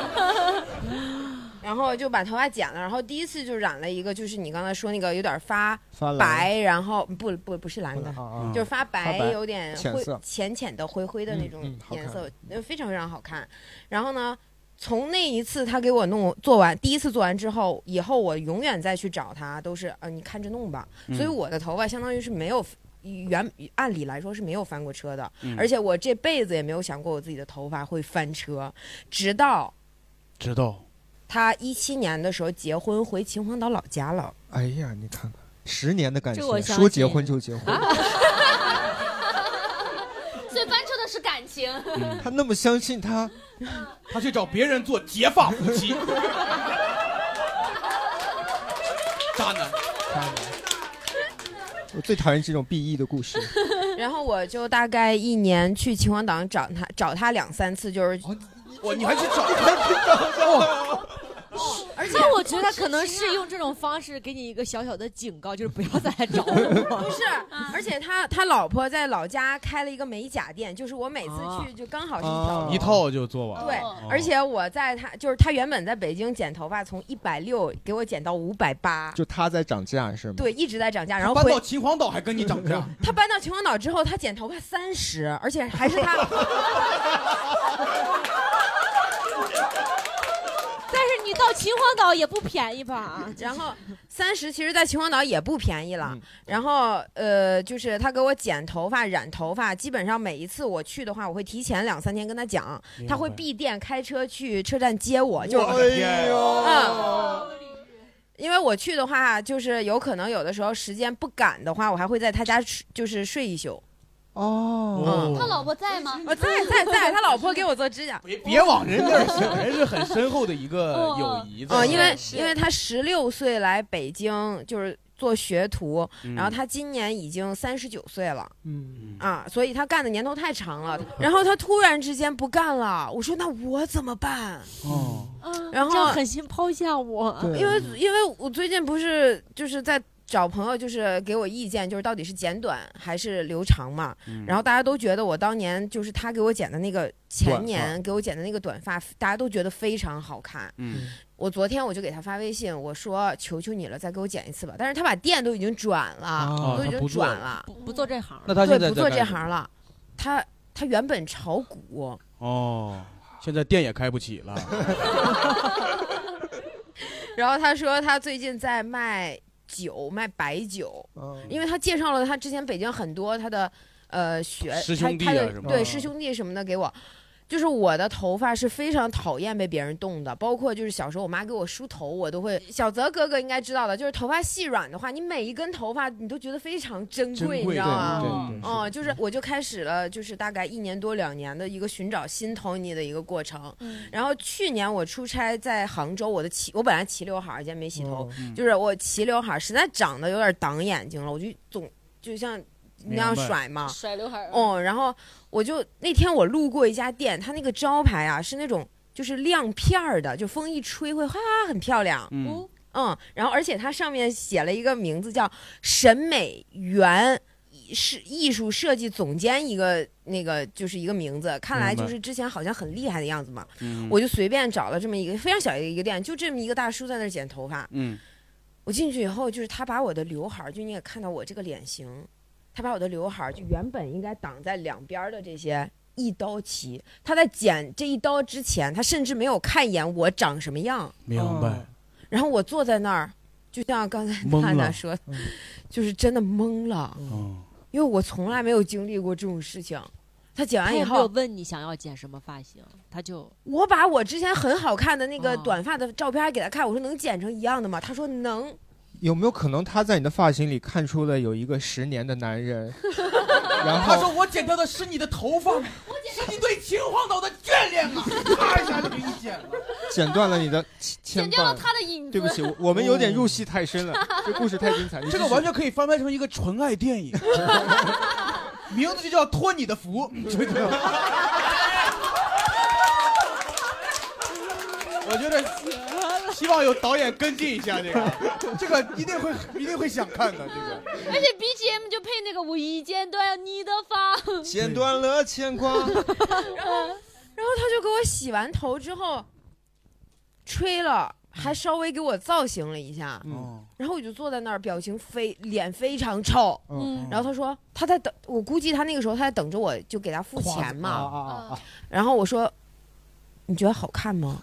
然后就把头发剪了，然后第一次就染了一个，就是你刚才说那个有点发发蓝白，然后不不不是蓝的，啊啊就是发白发白有点浅灰色浅浅的灰灰的那种嗯嗯好看颜色，呃非常非常好看。然后呢，从那一次他给我弄做完第一次做完之后，以后我永远再去找他都是呃你看着弄吧。嗯所以我的头发相当于是没有。原按理来说是没有翻过车的，嗯而且我这辈子也没有想过我自己的头发会翻车，直到知道。他一七年的时候结婚回秦皇岛老家了。哎呀，你看看，十年的感情这我，相说结信婚就结婚，所以翻车的是感情。嗯他那么相信他，他去找别人做结发夫妻，渣男。我最讨厌这种 BE 的故事。然后我就大概一年去秦皇岛找他，找哦他两三次，就是 我你还去找他？哇而且那哦我觉得他可能是用这种方式给你一个小小的警告，就是不要再来找我。不是，嗯而且他他老婆在老家开了一个美甲店，就是我每次去就刚好是一条啊龙一套就做完了。对哦， 而且我在他就是他原本在北京剪头发，从一百六给我剪到五百八，就他在涨价是吗？对，一直在涨价。然后搬回到秦皇岛还跟你涨价，他搬到秦皇岛之后，他剪头发三十，而且还是他。 但是你到秦皇岛也不便宜吧？ 然后三十其实，在秦皇岛也不便宜了。嗯然后呃，就是他给我剪头发、染头发，基本上每一次我去的话，我会提前两三天跟他讲，明白他会闭店开车去车站接我，就是我的哎天啊嗯。因为我去的话，就是有可能有的时候时间不赶的话，我还会在他家睡就是睡一宿。嗯哦他老婆在吗？我啊在 在在，他老婆给我做指甲。别往人那儿想，人是很深厚的一个友谊在。哦，因为因为他十六岁来北京就是做学徒，嗯然后他今年已经三十九岁了。嗯，啊，所以他干的年头太长了， 然后他突然之间不干了，我说那我怎么办？哦，然后啊这样狠心抛下我，因为因为我最近不是就是在找朋友，就是给我意见，就是到底是剪短还是留长嘛。嗯然后大家都觉得我当年就是他给我剪的那个短前发年给我剪的那个短发，大家都觉得非常好看。嗯我昨天我就给他发微信，我说求求你了，再给我剪一次吧。但是他把店都已经转了，啊都已他不做经转了了，哦不不做这行了那他现在对不在做干这什么行了，他他原本炒股，哦，现在店也开 不起了。然后他说他最近在卖酒，卖白酒，嗯因为他介绍了他之前北京很多他的呃学师兄弟啊他他的什么的对师兄弟什么的给我。就是我的头发是非常讨厌被别人动的，包括就是小时候我妈给我梳头，我都会。小泽哥哥应该知道的，就是头发细软的话，你每一根头发你都觉得非常珍珍贵，贵你知道对吗对？对嗯，就是我就开始了，就是大概一年多两年的一个寻找新 Tony 的一个过程。嗯然后去年我出差在杭州，我的齐我本来齐刘海儿，今天没洗头，哦嗯就是我齐刘海儿实在长得有点挡眼睛了，我就总就像那样明白甩嘛，甩刘海儿啊哦，然后我就那天我路过一家店，它那个招牌啊是那种就是亮片儿的，就风一吹会哗很漂亮。嗯哦嗯然后而且它上面写了一个名字叫审美园。是艺术设计总监一个那个就是一个名字，看来明白就是之前好像很厉害的样子嘛。嗯我就随便找了这么一个非常小的一个店，就这么一个大叔在那儿剪头发。嗯，我进去以后，就是他把我的刘海儿，就你也看到我这个脸型，他把我的刘海儿就原本应该挡在两边儿的这些一刀齐，他在剪这一刀之前，他甚至没有看一眼我长什么样。明哦白。然后我坐在那儿，就像刚才懵娜了娜说的，就是真的懵了，哦嗯因为我从来没有经历过这种事情。他剪他完以也哎没有后，问你想要剪什么发型，他就我把我之前很好看的那个短发的照片儿给他看，我说能剪成一样的吗？他说能。 有没有可能他在你的发型里看出了有一个十年的男人？然他说后我剪掉的是你的头发，是你对秦皇岛的眷恋啊！啪一下就给你剪了。剪断了你的牵牵剪掉了绊他的影子对不起，我我们有点入戏太深了，这故事太精彩。你这个继续完全可以翻拍成一个纯爱电 影，名字就叫《托你的福》。我觉得希望有导演跟进一下这个，这个一定会一定会想看的这个。而且 BGM 就配那个无意间断你的发，嗯剪断了牵挂。然后他就给我洗完头之后，吹了，还稍微给我造型了一下。嗯然后我就坐在那儿，表情非脸非常臭。嗯然后他说他在等，我估计他那个时候他在等着我，就给他付钱哦嘛。嗯啊然后我说，你觉得好看吗？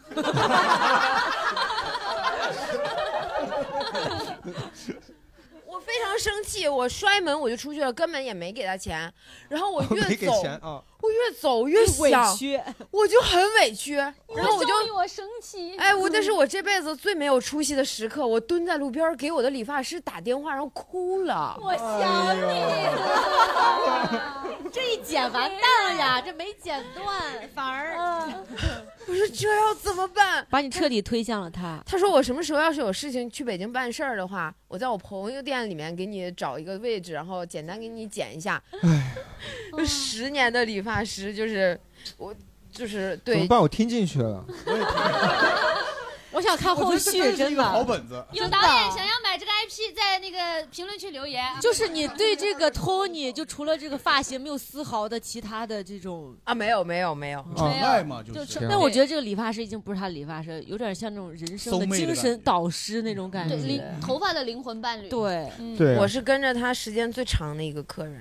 我非常生气，我摔门我就出去了，根本也没给他钱。然后我越没给走，钱啊！我越走越委想，屈我就很委屈，然后我就终于我生气。哎，我那嗯是我这辈子最没有出息的时刻，我蹲在路边儿给我的理发师打电话，然后哭了。我想你了， 这一剪完蛋了呀，这没剪断，嗯反而我说这要怎么办？把你彻底推向了他。他说我什么时候要是有事情去北京办事儿的话，我在我朋友店里面给你找一个位置，然后简单给你剪一下。就十年的理发师，就是我，就是怎么对办？我听进去了。我想看后续，真的。子有导演想要买这个 IP，在那个评论区留言啊。就是你对这个 Tony，就除了这个发型，没有丝毫的其他的这种嗯啊，没有没有没有，崇拜嘛就是纯但我觉得这个理发师已经不是他理发师，有点像那种人生的 Soulmate 的精感神导师那种感觉。对灵头发的灵魂伴侣。对嗯对啊嗯我是跟着他时间最长的一个客人，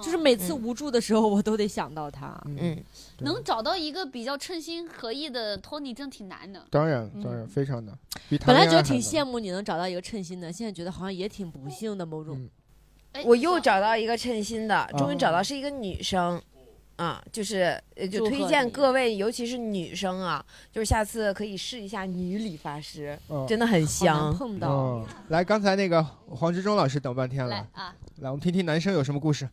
就是每次无助的时候，我都得想到他。嗯，能找到一个比较称心合意的托尼，真挺难的。当然当然非常难，比嗯谈本来恋觉得爱还挺难羡慕你能找到一个称心的，现在觉得好像也挺不幸的某嗯种。哎我又找到一个称心啊的，终于找到哦是一个女生。啊，就是呃就祝贺推荐你各位，尤其是女生啊，就是下次可以试一下女理发师，嗯真的很香。嗯来，刚才那个黄志忠老师等半天了，啊，来，我们听听男生有什么故事。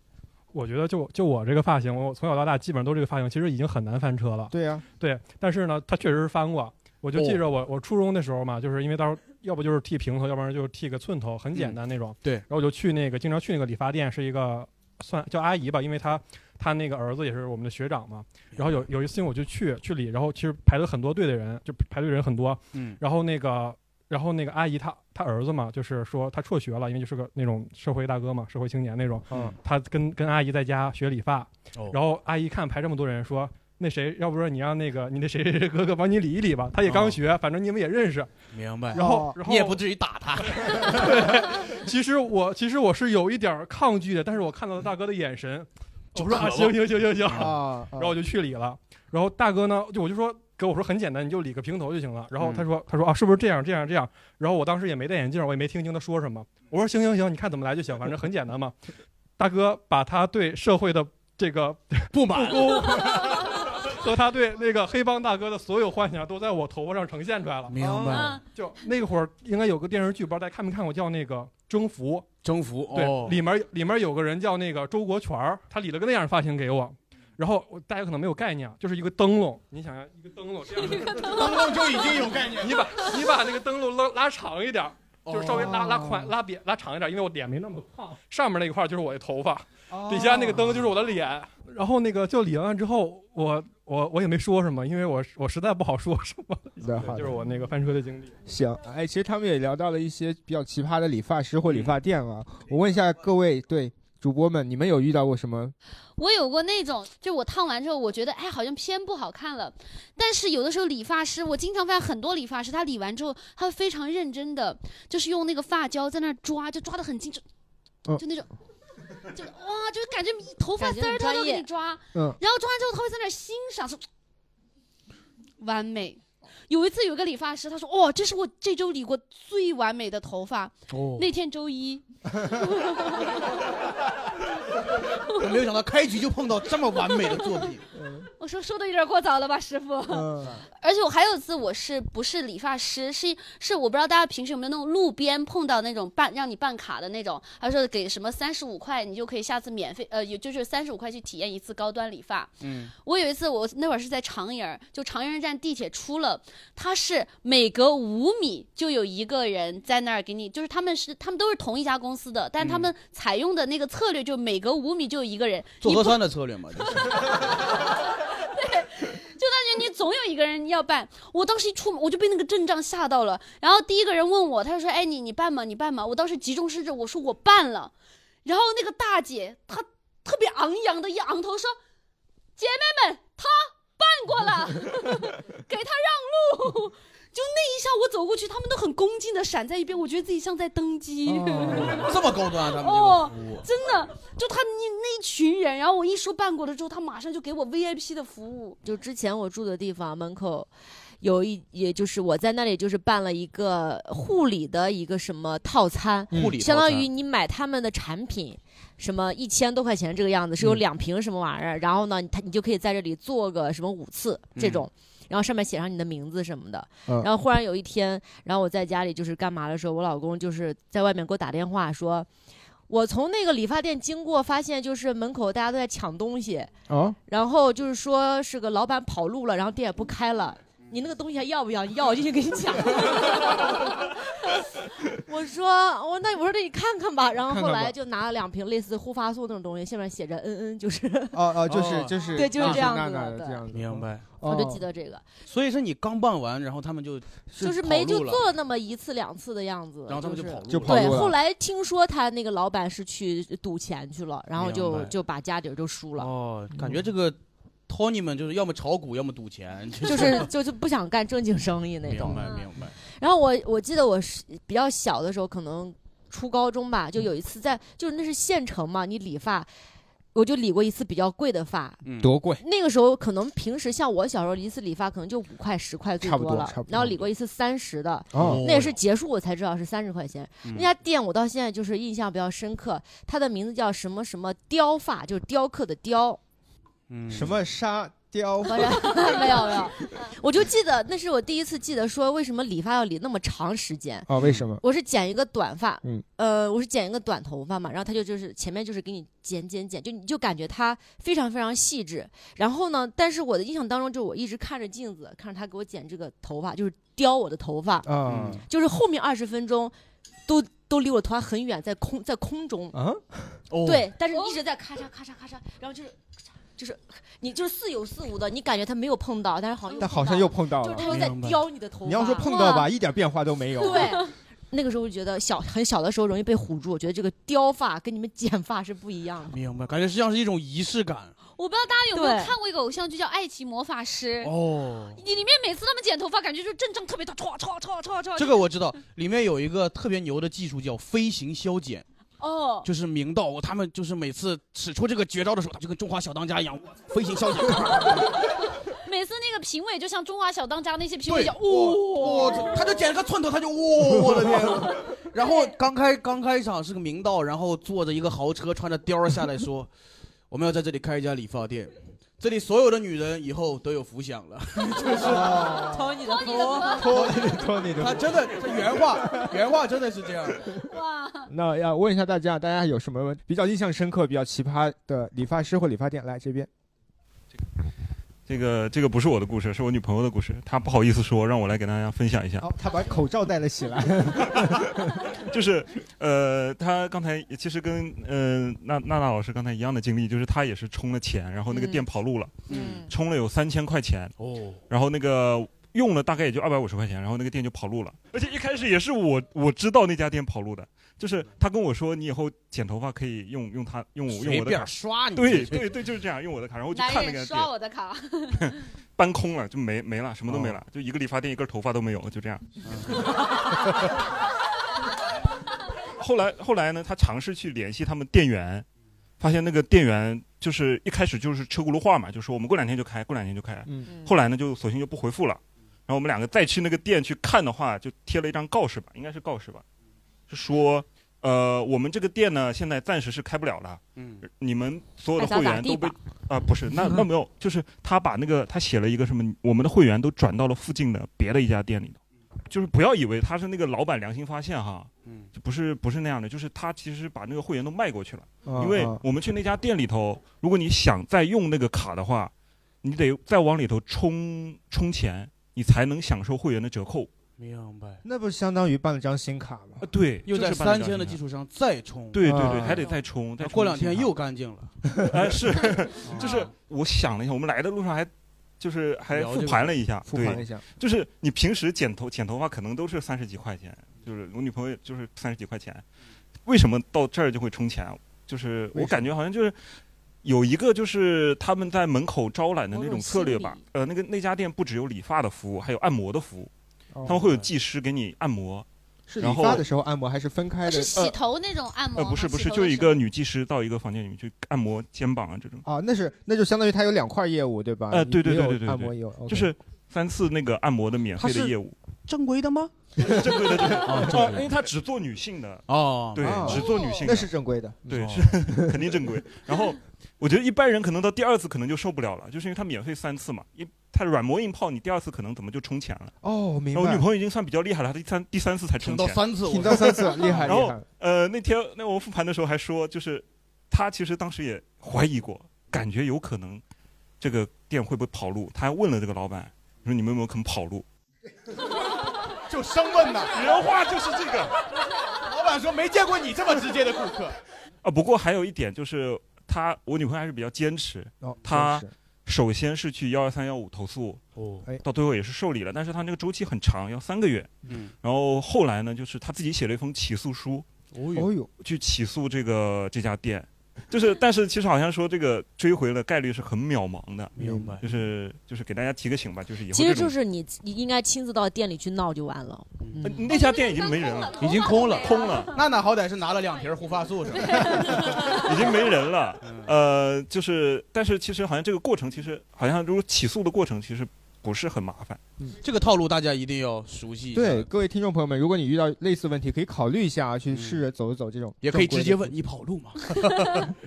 我觉得就就我这个发型，我从小到大基本上都是这个发型，其实已经很难翻车了。对啊哦呀、对，但是呢，它确实是翻过。我就记着我、我初中的时候嘛，就是因为到时候要不就是剃平头，要不然就剃个寸头，很嗯简单那种。对，然后我就去那个经常去那个理发店，是一个算叫阿姨吧，因为她她那个儿子也是我们的学长嘛。然后有有一次我就去去理，然后其实排了很多队的人，就排队人很多。嗯然后那个。然后那个阿姨她她儿子嘛，就是说他辍学了，因为就是个那种社会大哥嘛，社会青年那种。嗯他跟跟阿姨在家学理发，哦然后阿姨看排这么多人，说那谁，要不然你让那个你那谁谁谁哥哥帮你理一理吧，他也哦刚学，反正你们也认识。明白。然哦后然后你也不至于打他。 其实我其实我是有一点儿抗拒的，但是我看到了大哥的眼神，我说渴啊，望行行行行行，啊然后我就去理了。然后大哥呢，就我就说给我说很简单，你就理个平头就行了。然嗯后他说、他说啊，是不是这样这样这样？然后我当时也没戴眼镜，我也没听清他说什么。我说行行行，你看怎么来就行，反正很简单嘛。大哥把他对社会的这个不满公 和他对那个黑帮大哥的所有幻想都在我头发上呈现出来了。明白啊了 就那会儿应该有个电视剧，不知道大家看没看过，叫那个《征服》。征服哦对，里面里面有个人叫那个周国权儿他理了个那样的发型给我。然后我大家可能没有概念，啊，就是一个灯笼，你想想一个灯笼这样的，灯笼就已经有概念了 你把你把那个灯笼拉拉长一点儿，就是稍微拉拉 哦宽、拉扁、拉长一点儿，因为我脸没那么胖，上面那一块儿就是我的头发，哦底下那个灯就是我的脸。然后那个就理完了之后，我我我也没说什么，因为我我实在不好说什么，对好的就是我那个翻车的经历。行，哎，其实他们也聊到了一些比较奇葩的理发师嗯或理发店啊。我问一下各位，对主播们，你们有遇到过什么？我有过那种，就我烫完之后，我觉得哎，好像偏不好看了。但是有的时候理发师，我经常发现很多理发师，他理完之后，他会非常认真的，就是用那个发胶在那儿抓，就抓的很精准，嗯就那种， 就哇，就感觉头发丝感觉儿很他都专业给你抓，嗯然后抓完之后，他会在那儿欣赏，说完美。有一次有一个理发师，他说：“哦，这是我这周理过最完美的头发。哦那天周一，我没有想到开局就碰到这么完美的作 品。我说说的有点过早了吧，师傅。嗯而且我还有一次，我是不是理发师？是是，我不知道大家平时有没有那种路边碰到那种办让你办卡的那种，他说给什么三十五块，你就可以下次免费，呃，也就是三十五块去体验一次高端理发。嗯，我有一次，我那会儿是在长营儿，就长营儿站地铁出了，他是每隔五米就有一个人在那儿给你，就是他们是他们都是同一家公司的，但嗯他们采用的那个策略就每隔五米就有一个人做你核不酸的策略嘛，就是就感觉你总有一个人要办。我当时一出门，我就被那个阵仗吓到了。然后第一个人问我，他就说：“哎，你你办吗？你办吗？”我当时急中生智，我说我办了。然后那个大姐她特别昂扬的一昂头说：“姐妹们，她办过了， 给她让路。”就那一下，我走过去，他们都很恭敬的闪在一边，我觉得自己像在登基。 这么高端啊，他们这个哦服务，真的，就他那那一群人，然后我一说办过了之后，他马上就给我 VIP 的服务。就之前我住的地方门口。有一，也就是我在那里就是办了一个护理的一个什么套餐，嗯护理套餐相当于你买他们的产品，什么一千多块钱这个样子，是有嗯两瓶什么玩意儿，然后呢，他你就可以在这里做个什么五次嗯这种，然后上面写上你的名字什么的，嗯然后忽然有一天，然后我在家里就是干嘛的时候，我老公就是在外面给我打电话说，我从那个理发店经过，发现就是门口大家都在抢东西，啊，哦然后就是说是个老板跑路了，然后店也不开了。你那个东西还要不要？你要我进去给你讲。 我说我那我说那你看看吧，然后看后看吧来就拿了两瓶类似护发素那种东西，下面写着嗯嗯，就是啊哦哦，就是就是对，就是这样那子那的，这样子，明白。我就记得这个，所以是你刚办完，然后他们就就是没就做了那么一次两次的样子，然后他们就是跑路就了跑路对，了后来听说他那个老板是去赌钱去了，然后明就白就把家底儿就输了，哦，感嗯觉这个 Tony 们就是要么炒股，要么赌钱， 就就是就是不想干正经生意那种嗯明。白明白。然后我我记得我是比较小的时候，可能初高中吧，嗯就有一次在就是那是县城嘛，你理发，我就理过一次比较贵的发。嗯多贵？那个时候可能平时像我小时候一次理发可能就五块十块最差不多了差不，多然后理过一次三十的，哦那也是结束我才知道是三十块钱。嗯那家店我到现在就是印象比较深刻，它的名字叫什么什么雕发，就是雕刻的雕。嗯，什么沙雕？不是 没有没有，我就记得那是我第一次记得说为什么理发要理那么长时间。啊？为什么？我是剪一个短发，嗯呃，我是剪一个短头发嘛，然后他就就是前面就是给你剪剪剪，就你就感觉他非常非常细致。然后呢，但是我的印象当中，就我一直看着镜子，看着他给我剪这个头发，就是雕我的头发，啊就是后面二十分钟都都离我头发很远，在空在空中，啊？哦对，但是一直在咔嚓咔嚓咔嚓，然后就是。就是你就是似有似无的，你感觉他没有碰到，但是好像又但碰好像到又碰到了，就是他又在雕你的头发。你要说碰到吧，哇一点变化都没有。 对，那个时候就觉得小很小的时候容易被唬住，我觉得这个雕发跟你们剪发是不一样的。明白，感觉实际上是一种仪式感我不知道大家有没有对看过一个偶像剧叫《爱情魔法师》，哎哦。你里面每次他们剪头发，感觉就阵仗特别大，歘歘歘歘歘。这个我知道，里面有一个特别牛的技术叫飞行消减，哦，就是明道他们就是每次使出这个绝招的时候，他就跟中华小当家一样，哇飞 行消减。每次那个评委就像《中华小当家》那些评委对一样，哇、哇他就剪了个寸头， 他就哇、哦我的天！然后刚开刚开场是个明道，然后坐着一个豪车，穿着貂儿下来说：“我们要在这里开一家理发店，这里所有的女人以后都有福享了。”哦偷你的偷你的头托托你的。他真的，这原话原话真的是这样的。那要问一下大家，大家有什么比较印象深刻、比较奇葩的理发师或理发店？来这边，这个这个不是我的故事，是我女朋友的故事，她不好意思说，让我来给大家分享一下。他把口罩戴了起来。 就是呃，她刚才其实跟呃娜娜娜老师刚才一样的经历，就是她也是充了钱，然后那个嗯店跑路了，嗯充了有三千块钱哦，然后那个用了大概也就二百五十块钱，然后那个店就跑路了。而且一开始也是我我知道那家店跑路的，就是她跟我说你以后剪头发可以用用她用我用随我的便卡刷你对这是对对，就是这样用我的卡，然后我就男看那人个店。刷我的卡，搬空了，就没没了，什么都没了，哦就一个理发店，一根头发都没有，就这样。 后来后来呢，他尝试去联系他们店员，发现那个店员就是一开始就是车轱辘话嘛，就说我们过两天就开，过两天就开。嗯后来呢，就索性就不回复了。然后我们两个再去那个店去看的话，就贴了一张告示吧，应该是告示吧，是说，呃，我们这个店呢现在暂时是开不了了。嗯，你们所有的爱咋会咋员地都被吧啊，不是，那那没有，就是他把那个他写了一个什么，我们的会员都转到了附近的别的一家店里头，就是不要以为他是那个老板良心发现哈，嗯，就不是不是那样的，就是他其实把那个会员都卖过去了，啊因为啊我们去那家店里头，如果你想再用那个卡的话，你得再往里头充充钱，你才能享受会员的折扣。明 白。啊那不相当于办了张新卡吗？对，又在就是办三了千张的新基卡础上再充，嗯啊对对对，还得再充，再那充过两天信号又干净了。 啊哎，是，就是啊我想了一下，我们来的路上还就是还聊这复个盘了一下，复对盘了一下，就是你平时剪头剪头发可能都是三十几块钱，就是我女朋友就是三十几块钱，为什么到这儿就会充钱？就是嗯为我什感觉好像就是。有一个就是他们在门口招揽的那种策略吧，呃，那个那家店不只有理发的服务，还有按摩的服务，哦他们会有技师给你按摩，是然理后发的时候按摩还是分开的？是洗头那种按摩呃，吗？不是不是，洗头就的一时候个女技师到一个房间里面去按摩肩膀啊这种。啊，那是那就相当于他有两块业务对吧？呃，对对也有对对对，按摩也有，就 OK 是三次那个按摩的免费的业务，正规的吗？正规的正规的哦，呃因为他只做女性的哦对哦，只做女性的，那是正规的，对，哦是肯定正规。然后我觉得一般人可能到第二次可能就受不了了，就是因为他免费三次嘛，一他软磨硬泡，你第二次可能怎么就充钱了。哦，明然白。后我女朋友已经算比较厉害了，她第三第三次才充挺到钱，三次我挺到三次厉害 然厉后害呃，那天那我们复盘的时候还说，就是她其实当时也怀疑过，感觉有可能这个店会不会跑路，她还问了这个老板，说你们有没有肯跑路？就生问呐，原话就是这个。老板说没见过你这么直接的顾客，啊，不过还有一点就是，她我女朋友还是比较坚持哦，她坚持首先是去幺幺三幺五投诉，哦到最后也是受理了，但是她那个周期很长，要三个月。嗯，然后后来呢，就是她自己写了一封起诉书，哦哟哦哟，去起诉这个这家店，就是但是其实好像说这个追回的概率是很渺茫的，明白？就是就是给大家提个醒吧，就是以后其实这种就是你你应该亲自到店里去闹就完了。嗯呃那家店已经没人了，已经空了，空了。娜娜好歹是拿了两瓶护发素是吧？ 已经没人了。 呃，就是，但是其实好像这个过程，其实好像如果起诉的过程，其实不是很麻烦。呃这个套路大家一定要熟悉一下。对，各位听众朋友们，如果你遇到类似问题，可以考虑一下啊，嗯去试着走一走这种。也可以直接问你跑路吗？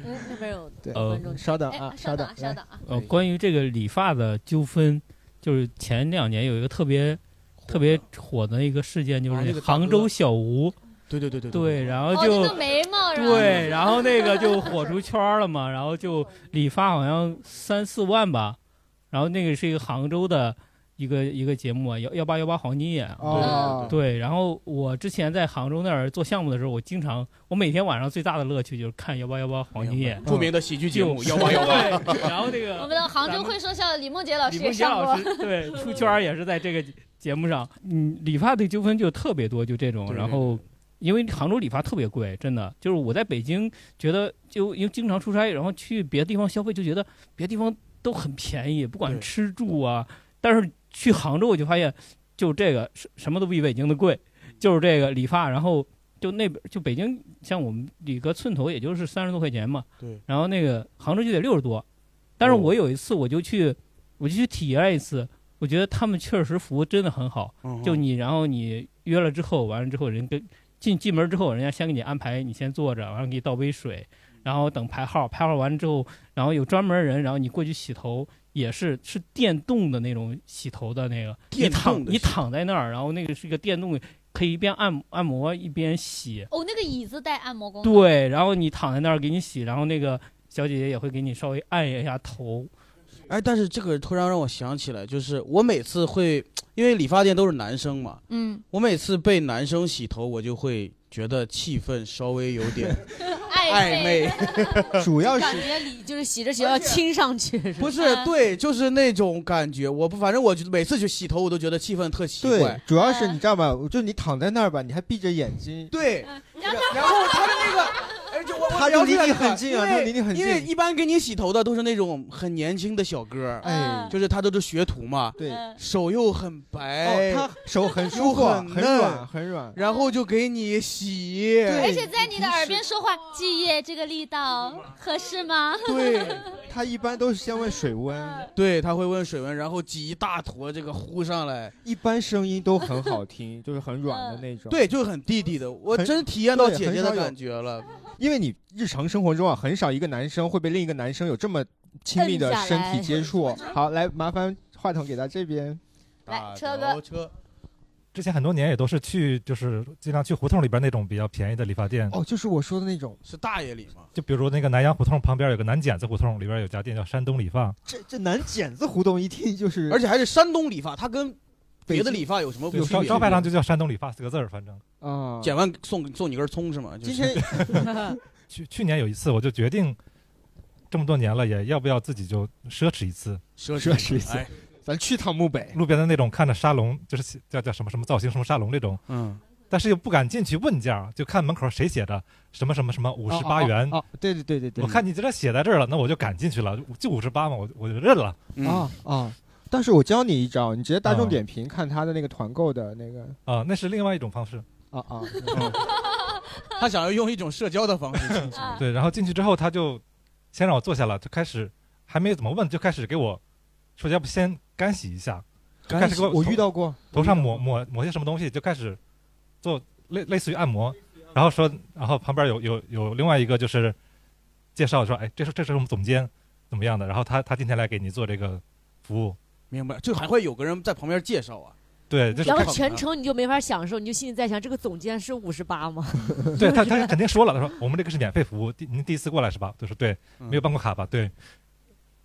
嗯，那边有对呃观众，稍等啊，哎稍等稍等啊，呃，关于这个理发的纠纷，就是前两年有一个特别特别火的一个事件，就啊那是个大嗯杭州小吴。对对对对对，然后哦就、那个眉毛然后对，然后那个就火出圈儿了嘛，然后就理发好像三四万吧，然后那个是一个杭州的一个一个节目啊，幺幺八幺八黄金眼啊，哦对，然后我之前在杭州那儿做项目的时候，我经常我每天晚上最大的乐趣就是看幺八幺八黄金眼，著名的喜剧节目就1818 对然后那个我们的杭州会说笑的李梦洁老师李也梦洁上老过师，对出圈儿也是在这个节目上。嗯，理发的纠纷就特别多，就这种。对然后，因为杭州理发特别贵，真的就是我在北京觉得就因为经常出差，然后去别的地方消费，就觉得别的地方都很便宜，不管是吃住啊。但是去杭州我就发现，就这个什什么都比北京的贵，就是这个理发，然后。就那边就北京，像我们理个寸头也就是三十多块钱嘛，对然后那个杭州就得六十多，但哦是我有一次我就去，我就去体验一次，我觉得他们确实服务真的很好。嗯就你，然后你约了之后，完了之后人跟进进门之后，人家先给你安排，你先坐着，完了给你倒杯水，然后等排号，排号完了之后，然后有专门人，然后你过去洗头。也是是电动的那种洗头的那个，你电动的躺你躺在那儿，然后那个是一个电动，可以一边按按摩一边洗，哦，那个椅子带按摩功能，对，然后你躺在那儿给你洗，然后那个小姐姐也会给你稍微按一下头。哎，但是这个突然让我想起来，就是我每次会，因为理发店都是男生嘛，嗯，我每次被男生洗头，我就会觉得气氛稍微有点 暧暧昧， 主就感觉你就是洗着洗着要亲上去，不嗯是 对，就是那种感觉。我不，反正我就每次去洗头，我都觉得气氛特奇对怪，。主要是你知道吧，就你躺在那儿吧，你还闭着眼睛。对，然后然后他的那个，哎，就我他就离你很近啊他离你很近因为一般给你洗头的都是那种很年轻的小哥，哎就是他都是学徒嘛，对，手又很白，哦他手很舒又服，很很嫩软，很软。然后就给你洗，而且在你的耳边说话，季夜这个力道合适吗？对，他一般都是先问水温，对他会问水温，然后挤一大坨这个糊上来，一般声音都很好 听，就是很软的那种。对，就是很弟弟的，我很真体验到对姐很姐的少有感觉了。因为你日常生活中啊，很少一个男生会被另一个男生有这么亲密的身体接 触。好，来，麻烦话筒给到这边。来，车哥，车之前很多年也都是去，就是尽量去胡同里边那种比较便宜的理发店。哦，就是我说的那种，是大爷里吗？就比如那个南阳胡同旁边有个南剪子胡同，里边有家店叫山东理发。这这南剪子胡同一听就是，而且还是山东理发，它跟别的理发有什么对不区招别？招牌上就叫山东理发四个字儿，反正。啊剪完送送你根葱是吗？就是今天去去年有一次，我就决定，这么多年了，也要不要自己就奢侈一次？奢侈奢侈一次哎咱去趟漠北，路边的那种看着沙龙，就是叫叫什么什么造型什么沙龙这种，嗯，但是又不敢进去问价，就看门口谁写着什么什么什么五十八元哦，对对对对对，我看你这写在这儿了，那我就敢进去了，就五十八嘛，我我就认了。啊啊！但是我教你一招，你直接大众点评看他的那个团购的那个啊，那是另外一种方式。啊啊， 他想要 用一种社交的方式进 行。啊对，然后进去之后，他就先让我坐下了，就开始还没怎么问，就开始给我说要不先干洗一下，就开始给干洗我头遇到过头上抹抹抹些什么东西，就开始做类类似于按摩，然后说，然后旁边有有有另外一个就是介绍说，哎，这是这是我们总监怎么样的，然后他他今天来给你做这个服务，明白，就还会有个人在旁边介绍啊。对，就是然后看全程你就没法享受，你就心里在想，这个总监是五十八吗？ 对他，他肯定说了，他说我们这个是免费服务，第您第一次过来是嗯吧？他说对，没有办过卡吧？对。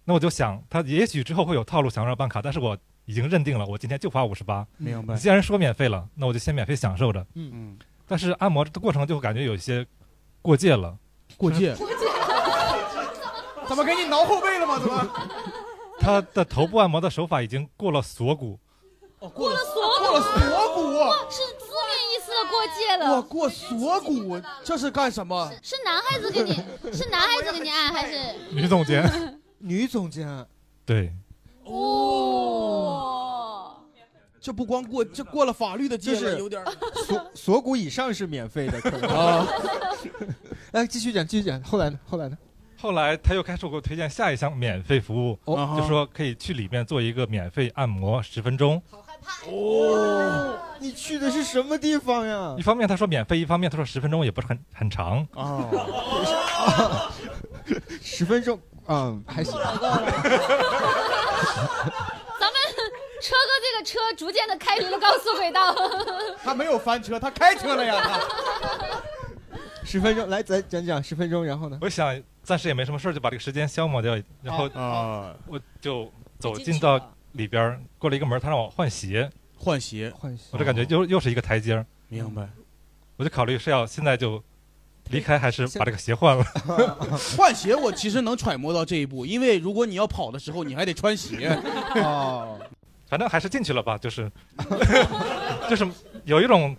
那我就想，他也许之后会有套路想让我办卡，但是我已经认定了，我今天就花五十八。明白你既然说免费了，那我就先免费享受着。嗯嗯。但是按摩的过程就感觉有一些过界了。过界 怎么给你挠后背了吗？怎 么？ 他的头部按摩的手法已经过了锁骨，过了锁骨，过了锁骨哇，是字面意思的过界了。我啊过锁骨，这是干什么？是男孩子给 你，是男孩子给你按还是？女总监，女总监，啊对，哦，这不光过，这过了法律的界了，有点儿。锁锁骨以上是免费的，可能啊。哎，继续讲，继续讲，后来呢？后来呢？后来他又开始给我推荐下一项免费服务，哦就说可以去里面做一个免费按摩十分钟。哦，你去的是什么地方啊呀一？方面他说免费，一方面他说十分钟也不是很很长。哦， 十分钟，嗯，还行。咱们车哥这个车逐渐的开离了高速轨道。他没有翻车，他开车了呀。他十分钟，来咱讲讲十分钟，然后呢？我想暂时也没什么事儿，就把这个时间消磨掉，然后啊，我就走进到里边儿，过了一个门儿，他让我换鞋，换鞋，换鞋我就感觉又又是一个台阶儿，嗯明白？我就考虑是要现在就离开，还是把这个鞋 换了？ 换鞋，我其实能揣摩到这一步，因为如果你要跑的时候，你还得 穿鞋。哦，反正还是进去了吧，就是 就是有一种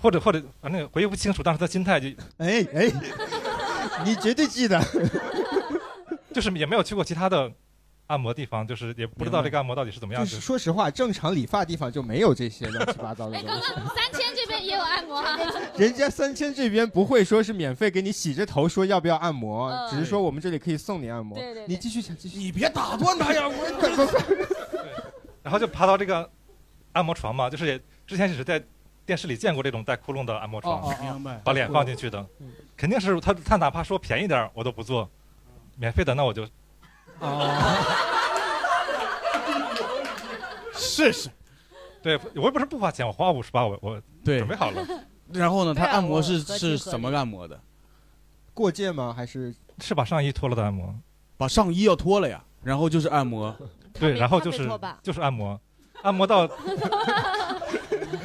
或者或者反正回忆不清楚当时的心态就，哎哎，你绝对记得， 就是也没有去过其他的按摩地方，就是也不知道这个按摩到底是怎么样就的。是说实话，正常理发地方就没有这些乱七八糟的东西。哎三千这边也有按摩啊哈。人家三千这边不会说是免费给你洗着头，说要不要按摩，嗯只是说我们这里可以送你按摩。对对对你继续讲，继续。你别打断他呀，我快快快！然后就爬到这个按摩床嘛，就是也之前只是在电视里见过这种带窟窿的按摩床，哦哦哦明白把脸放进去的，肯定是他他哪怕说便宜点儿我都不做，免费的那我就，哦 试试，对我又不是不花钱，我花五十八，我我对准备好了。 然后呢，他按摩是对啊我合是情合怎么理按摩的？过界吗？还是是把上衣脱了的按摩？把上衣要脱了呀，然后就是按摩。对，然后就是就是按摩，按摩到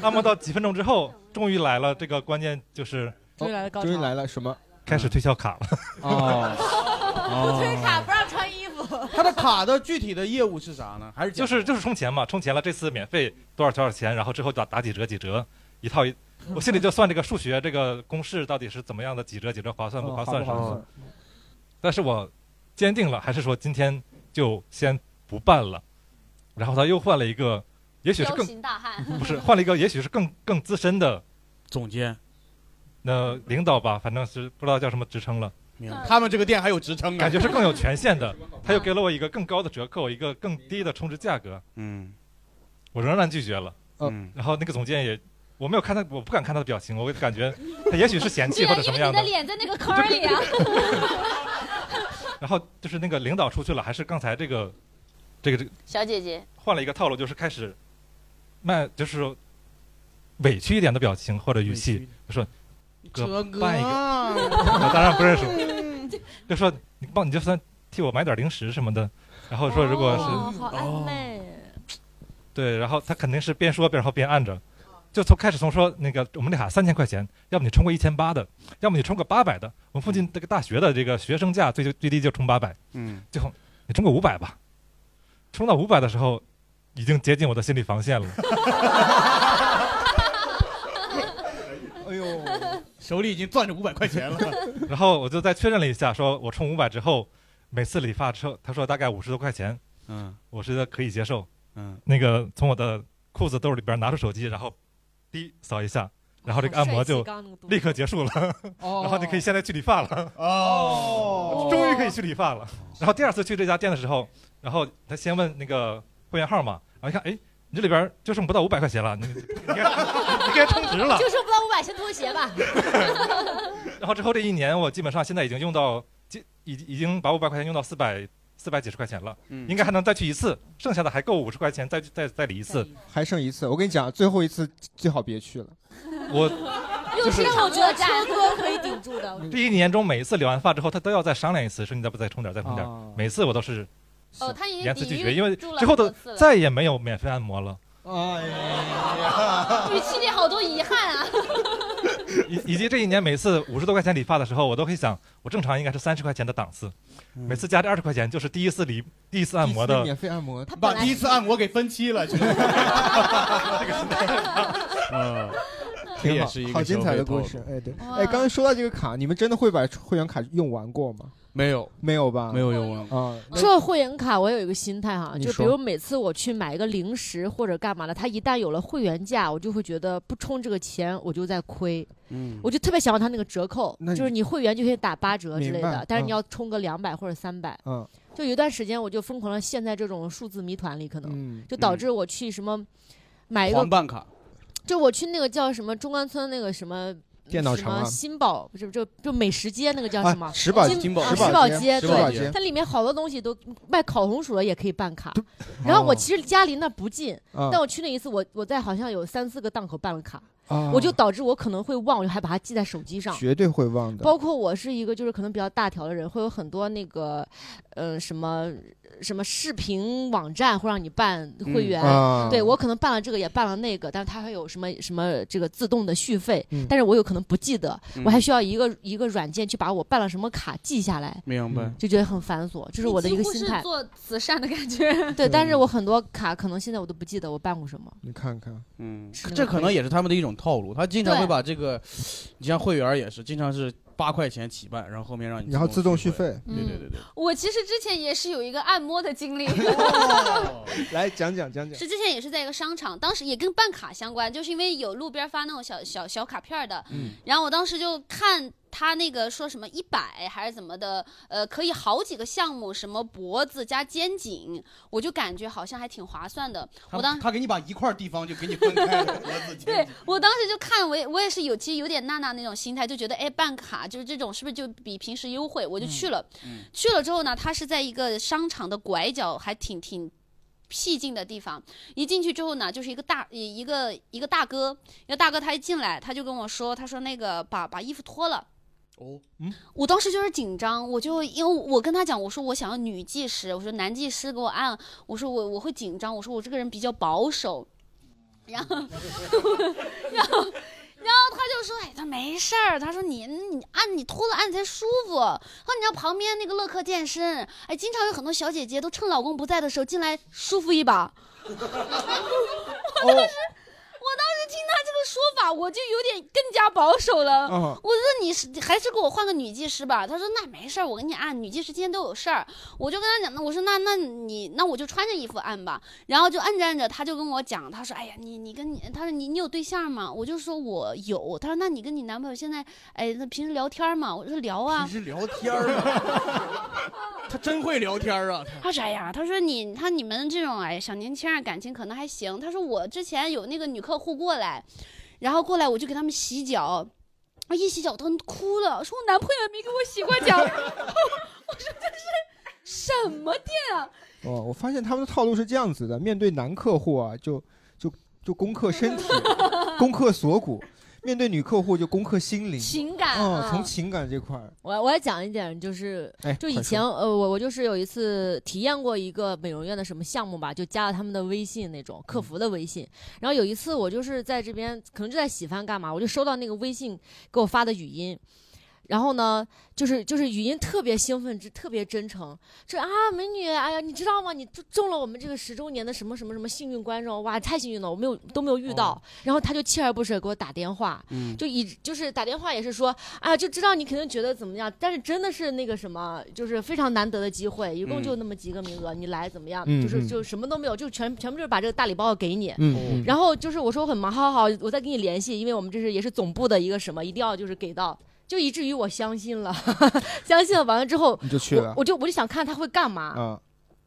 按摩到几分钟之后，终于来了这个关键就是终于来了高潮终于来了什么？嗯开始推销卡了。 哦推卡不让穿衣服。他的卡的具体的业务是啥呢？还是就是就是充钱嘛，充钱了，这次免费多少多少钱，然后之后打打几折几折，一套一，我心里就算这个数学这个公式到底是怎么样的几折几折划算不哦划算划什不划么的。嗯但是我坚定了，还是说今天就先不办了。然后他又换了一个，也许是彪更形大汉。 不是换了一个，也许是更更资深的总监，那领导吧，反正是不知道叫什么职称了。明嗯白他们这个店还有职称啊感觉是更有权 限的。他又给了我一个更高的折扣，一个更低的充值价格。嗯，我仍然拒绝了。嗯，然后那个总监也，我没有看他，我不敢看他的表情，我感觉他也许是嫌弃或者什么样你的脸在那个坑儿里啊！然后就是那个领导出去了，还是刚才这个，这个这个 小姐姐，换了一个套路，就是开始卖，就是说委屈一点的表情或者语气，就说哥办一个， 我当然不认识识。就说你帮你就算替我买点零食什么的。然后说如果是、哦嗯好暧昧。对，然后他肯定是边说边然后边按着，就从开始从说那个我们这卡三千块钱，要么你充个一千八的，要么你充个八百的。我们附近这个大学的这个学生价最就最低就充八百，嗯，最后你充个五百吧。充到五百的时候，已经接近我的心理防线了。哎呦，手里已经攥着五百块钱 了。然后我就再确认了一下，说我充五百之后，每次理发之后，他说大概五十多块钱，嗯，我觉得可以接受。嗯，那个从我的裤子兜里边拿出手机，然后滴扫一下，然后这个按摩就立刻结束了，哦然后你可以现在去理发了。哦终于可以去理发了。然后第二次去这家店的时候，然后他先问那个会员号嘛，然后一看，哎，你这里边就剩不到五百块钱了，你你该充值了就剩不到五百，先脱鞋吧。然后之后这一年，我基本上现在已经用到，已已已经把五百块钱用到四百四百几十块钱了，嗯应该还能再去一次，剩下的还够五十块钱再去再再理一次。还剩一次，我跟你讲，最后一次最好别去了。我又是是让我觉得车哥可以顶住的。这一年中每一次理完发之后，他都要再商量一次，说你再不再充点，再充点。每次我都是哦，他已经严词抵拒御绝，因为住了之后很多的次了再也没有免费按摩了，语气里好多遗憾啊。以以及这一年每次五十多块钱理发的时候，我都会想，我正常应该是三十块钱的档次，每次加这二十块钱就是第一次理第一次按摩的免费按摩，把第一次按摩给分期了， 这啊嗯，挺也好是一，个好精彩的消费套故事路。哎，对，哇哎，刚刚说到这个卡，你们真的会把会员卡用完过吗？没有，没有吧？没有用完啊。那说到会员卡，我有一个心态哈，你就比说如每次我去买一个零食或者干嘛的，它一旦有了会员价，我就会觉得不充这个钱我就在亏，嗯我就特别想要它那个折扣那，你就是你会员就可以打八折之类明白的，但是你嗯要充个两百或者三百。嗯，就有一段时间我就疯狂的陷在这种数字谜团里，可能、嗯就导致我去什么买一个黄办卡，就我去那个叫什么中关村那个什么。电脑什城啊么新宝不是就就美食街那个叫啊什么？石宝金金宝啊石石宝宝街石宝街对，它里面好多东西都卖烤红薯了，也可以办卡。然后我其实家离那不近，嗯但我去那一次，我我在好像有三四个档口办了卡，啊我就导致我可能会忘，我就还把它记在手机上。绝对会忘的。包括我是一个就是可能比较大条的人，会有很多那个，呃，什么什么视频网站会让你办会员，啊对我可能办了这个也办了那个，但是它会有什么什么这个自动的续费，嗯但是我有可能不记得，嗯我还需要一个一个软件去把我办了什么卡记下来，明白。嗯就觉得很繁琐，这是我的一个心态你几。乎是做慈善的感觉。对，但是我很多卡可能现在我都不记得我办过什么。你看看，嗯是，这可能也是他们的一种套路，他经常对会把这个，你像会员儿也是，经常是八块钱起办，然后后面让你然后自动续费，对对对对，我其实之前也是有一个按摩的经 历。哦嗯来讲讲讲 讲是。之前也是在一个商场，当时也跟办卡相关，就是因为有路边发那种小小小卡片儿的，嗯然后我当时就看他那个说什么一百还是怎么的，呃，可以好几个项目，什么脖子加肩颈，我就感觉好像还挺划算的。我当他他给你把一块地方就给你分开了，脖子肩对我当时就看，我也我也是有，其实有点娜娜那种心态，就觉得哎，办卡就是这种，是不是就比平时优惠？我就去了。嗯去了之后呢，它是在一个商场的拐角，还挺挺。僻静的地方，一进去之后呢，就是一个大一一个一个大哥，一个大哥他一进来，他就跟我说，他说那个把把衣服脱了，哦，嗯，我当时就是紧张，我就因为我跟他讲，我说我想要女技师，我说男技师给我按，我说我我会紧张，我说我这个人比较保守，然后然后然后他就说，哎，他没事儿，他说你你按你脱了按才舒服。他说你知道旁边那个乐客健身，哎，经常有很多小姐姐都趁老公不在的时候进来舒服一把。 我哦当时。我当时听他这个说法，我就有点更加保守了。嗯我说你是还是给我换个女技师吧。他说那没事儿，我给你按。女技师今天都有事儿，我就跟他讲，那我说那那你那我就穿着衣服按吧。然后就按着按着，他就跟我讲，他说哎呀你你跟你，他说你你有对象吗？我就说我有。他说那你跟你男朋友现在哎那平时聊天吗？我说聊啊。平时聊天儿啊，他真会聊天儿啊，他他说：“哎呀，他说你，他你们这种哎小年轻啊，感情可能还行。他说我之前有那个女客户过来，然后过来我就给他们洗脚，我一洗脚他们哭了，说我男朋友也没给我洗过脚。 我说这是什么店啊？哦，我发现他们的套路是这样子的：面对男客户啊，就就就攻克 身体，攻克锁骨；面对女客户就攻克心灵、情感哦啊，从情感这块儿，我我也讲一点，就是哎就以快说前呃，我我就是有一次体验过一个美容院的什么项目吧，就加了他们的微信那种嗯客服的微信。然后有一次我就是在这边，可能就在洗饭干嘛，我就收到那个微信给我发的语音。然后呢，就是就是语音特别兴奋，特别真诚，说啊，美女，哎呀，你知道吗？你中中了我们这个十周年的什么什么什么幸运观众，哇，太幸运了，我没有都没有遇哦到。然后他就锲而不舍给我打电话，嗯就以就是打电话也是说啊，就知道你肯定觉得怎么样，但是真的是那个什么，就是非常难得的机会，一共嗯就那么几个名额，你来怎么样？嗯就是嗯就什么都没有，就全全部就是把这个大礼包给你。嗯嗯然后就是我说我很忙，好好好，我再跟你联系，因为我们这是也是总部的一个什么，一定要就是给到。就以至于我相信了， 相信了，完了之后你就去了我我就我就想看他会干嘛。啊，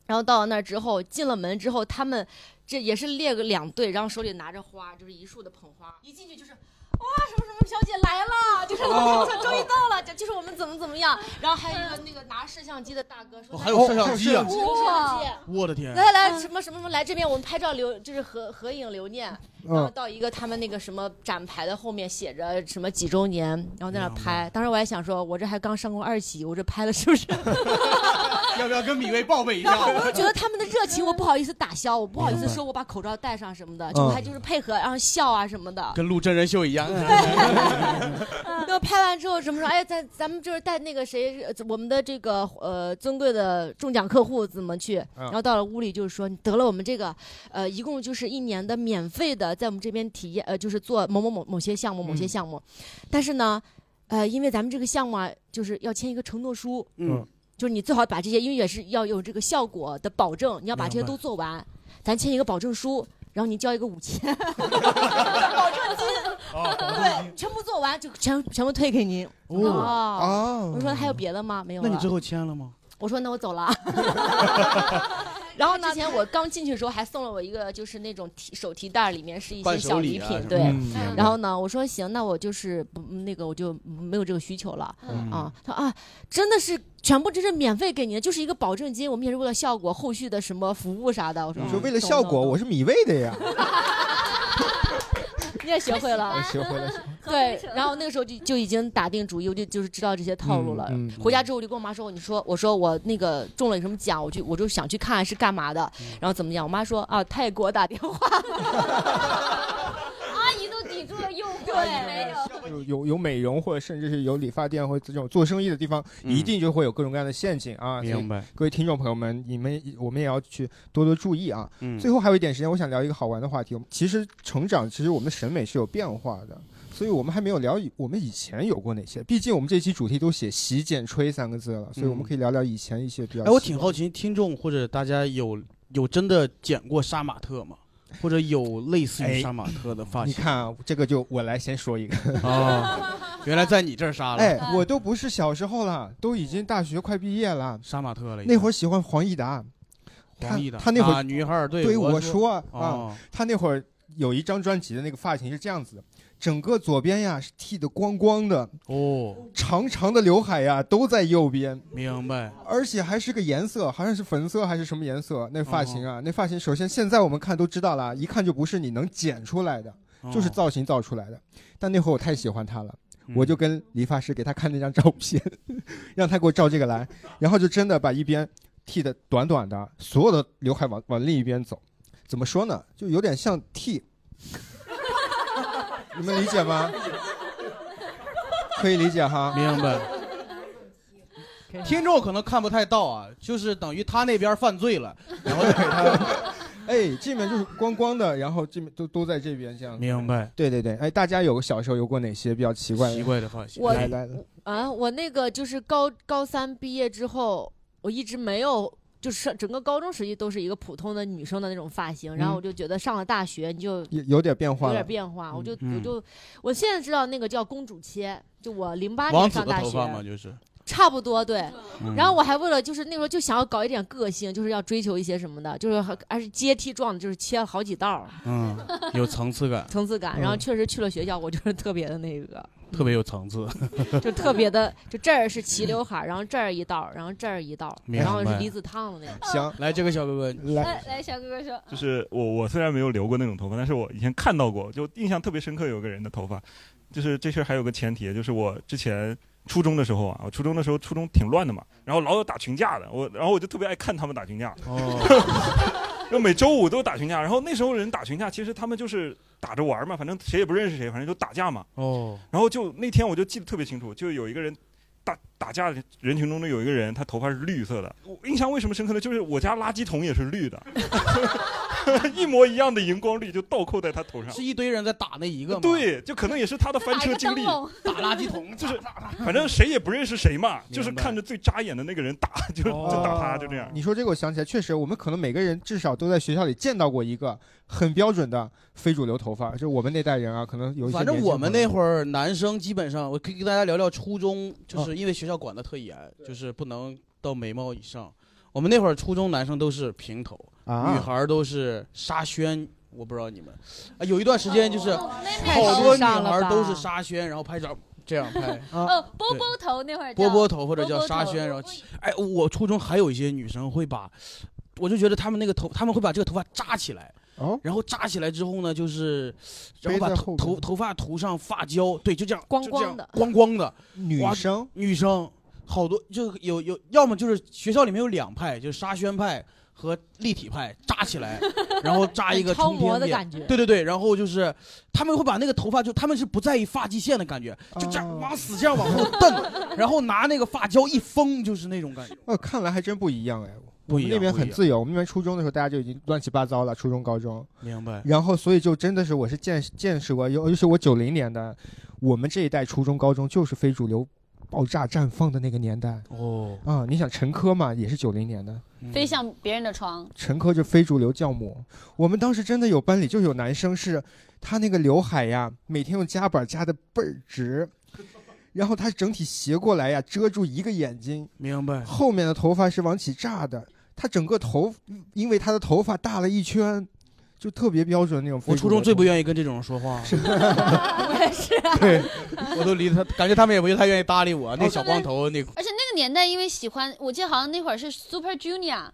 然后到了那儿之后，进了门之后，他们这也是列个两队，然后手里拿着花，就是一束的捧花，一进去就是。哇，什么什么小姐来了，就是我哦们这终于到了，就就是我们怎么怎么样，然后还有一个那个拿摄像机的大哥说哦他，还有摄像机啊摄像机，我的天，来来什么什么什么来这边，我们拍照留就是合合影留念，嗯然后到一个他们那个什么展牌的后面写着什么几周年，然后在那儿拍。当时我还想说，我这还刚上过二期，我这拍的是不是？要不要跟米薇报备一下然？后我又觉得他们的热情，我不好意思打消，我不好意思说我把口罩戴上什么的，就嗯我还就是配合，然后笑啊什么的。跟录真人秀一样。嗯就拍完之后，什么时候？哎，咱咱们就是带那个谁，呃我们的这个呃尊贵的中奖客户怎么去？嗯然后到了屋里就是说，你得了我们这个呃，一共就是一年的免费的，在我们这边体验呃，就是做某某某某些项目嗯某些项目，但是呢，呃，因为咱们这个项目啊，就是要签一个承诺书，嗯，就是你最好把这些，因为也是要有这个效果的保证，你要把这些明白都做完，咱签一个保证书。然后你交一个五千， 保证金，对，全部做完就全全部退给您。哦哦哦我说还有啊别的吗？没有那了。你最后签了 吗？我说那我走了。然后呢？之前我刚进去的时候还送了我一个，就是那种提手提袋儿，里面是一些伴手小礼礼啊品，什么对的嗯明白。然后呢，我说行，那我就是不那个，我就没有这个需求了嗯啊。他说啊，真的是全部这是免费给你的，就是一个保证金，我们也是为了效果，后续的什么服务啥的。我说你说嗯为了懂效懂果，我是米味 的呀。你也学会了，我学会了学会了对，然后那个时候就就已经打定主意，我就就是知道这些套路了。嗯嗯回家之后我就跟我妈说，你说我说我那个中了什么奖，我就我就想去看是干嘛的，嗯然后怎么样？我妈说啊，她也给我打电话， 阿姨都抵住了诱惑，没有。有有有美容或者甚至是有理发店或者这种做生意的地方，一定就会有各种各样的陷阱啊。嗯明白所以各位听众朋友们，你们我们也要去多多注意啊。嗯最后还有一点时间，我想聊一个好玩的话题。我们其实成长，其实我们的审美是有变化的，所以我们还没有聊以我们以前有过哪些。毕竟我们这期主题都写“洗剪吹”三个字了，所以我们嗯可以聊聊以前一些比较。哎，我挺好奇，听众或者大家有有真的剪过杀马特吗？或者有类似于杀马特的发你型？看啊，这个就我来先说一个啊，原来在你这儿杀了。哎，我都不是小时候了，都已经大学快毕业了。杀马特了已经那会儿喜欢黄义达，他黄义达他那会啊儿女孩儿对对我我说说啊哦，他那会儿有一张专辑的那个发型是这样子的，整个左边呀是剃得光光的哦，长长的刘海呀都在右边，明白。而且还是个颜色，好像是粉色还是什么颜色？那发型哦啊，那发型首先现在我们看都知道了，啊一看就不是你能剪出来的，就是哦造型造出来的。但那会儿我太喜欢他了，嗯我就跟理发师给他看那张照片， 让他给我照这个来，然后就真的把一边剃的短短的，所有的刘海往往另一边走。怎么说呢？就有点像 剃，你们理解吗？可以理解哈，明白。听众可能看不太到啊，就是等于他那边犯罪了，然后就给他哎，这边就是光光的，然后这边都都在这边这样。明白？对对对，哎，大家有个小时候有过哪些比较奇怪的奇怪的发型我来来来，啊，我那个就是高高三毕业之后，我一直没有，就是整个高中时期都是一个普通的女生的那种发型，然后嗯我就觉得上了大学你就有有点变化有了点变化，我就我嗯就我现在知道那个叫公主切，就我零八王年子上的大头发嘛，学。就是差不多对，嗯然后我还为了就是那时候就想要搞一点个性，就是要追求一些什么的，就是还还是阶梯状的，就是切了好几道儿嗯，有层次感，层次感。然后嗯确实去了学校，我就是特别的那个，特别有层次，就特别的，就这儿是齐刘海儿，然后这儿一道儿，然后这儿一道儿，明白然后是离子烫的那种。行，来这个小哥哥，哦来来，小哥哥说，呃就是我我虽然没有留过那种头发，但是我以前看到过，就印象特别深刻，有个人的头发，就是这事儿还有个前提，就是我之前初中的时候啊，我初中的时候初中挺乱的嘛，然后老有打群架的，我然后我就特别爱看他们打群架，哦 就每周五都打群架，然后那时候人打群架，其实他们就是打着玩嘛，反正谁也不认识谁，反正就打架嘛，哦，然后就那天我就记得特别清楚，就有一个人打打架的人群中的有一个人，他头发是绿色的。我印象为什么深刻呢？就是我家垃圾桶也是绿的， 一模一样的荧光绿就倒扣在他头上。是一堆人在打那一个吗？对，就可能也是他的翻车经历，打垃圾桶，就是反正谁也不认识谁嘛，白就是看着最扎眼的那个人打，就就打他，就这样。你说这个我想起来，确实我们可能每个人至少都在学校里见到过一个很标准的非主流头发，就我们那代人啊，可能有一些反正我们那会会儿男生基本上，我可以跟大家聊聊初中，哦就是因为学校管得特严，就是不能到眉毛以上。我们那会儿初中男生都是平头，啊女孩儿都是沙宣。我不知道你们，啊，有一段时间哦就是妹好多都女上了孩儿都吧。是沙宣，然后拍照这 样拍啊哦，波波头那会儿叫啊波波头或者波叫波沙头宣，然后哎，我初中还有一些女生会把，我就觉得她们那个头，她们会把这个头发扎起来。然后扎起来之后呢，就是，然后把哦背在头头头发涂上发胶，对，就这样，光光的光光的。女哇生女生好多就有有，要么就是学校里面有两派，就是沙宣派和立体派扎起来，然后扎一个很超冲天模的辫感觉对对对，然后就是他们会把那个头发就他们是不在意发际线的感觉，就这样往死这样往后蹬，然后拿那个发胶一封，就是那种感觉。哦，看来还真不一样哎。不我一们那样边不一很样自由，我们那边初中的时候大家就已经乱七八糟了，初中、高中。明白然后，所以就真的是我是见见识过，尤尤其我九零年的，我们这一代初中、高中就是非主流爆炸绽放的那个年代。哦，嗯啊，你想陈科嘛，也是九零年的，飞向别人的床。陈科就非主流教母。我们当时真的有班里就有男生是，他那个刘海呀，每天用夹板夹的倍儿直，然后他整体斜过来呀，遮住一个眼睛。明白。后面的头发是往起炸的，他整个头因为他的头发大了一圈，就特别标准的那种非我主初流头发。中最不愿意跟这种人说话，我也是、 啊。对，我都离他，感觉他们也不太愿意搭理我。那小光头，那而且那个年代，因为喜欢，我记得好像那会儿是 Super Junior，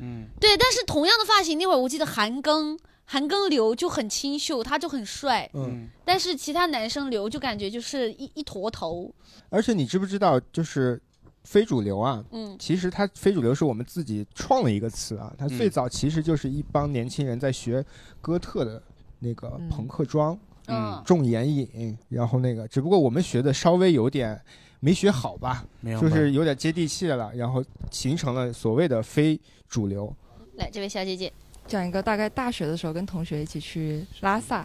嗯，对，但是同样的发型，那会儿我记得韩庚，韩庚留就很清秀，他就很帅，嗯，但是其他男生留就感觉就是一一坨头，而且你知不知道，就是非主流啊，嗯其实它非主流是我们自己创了一个词啊，它最早其实就是一帮年轻人在学哥特的那个朋克装，嗯重眼影，然后那个，只不过我们学的稍微有点没学好吧明，白就是有点接地气了，然后形成了所谓的非主流。来，这位小姐姐，讲一个大概大学的时候跟同学一起去拉萨，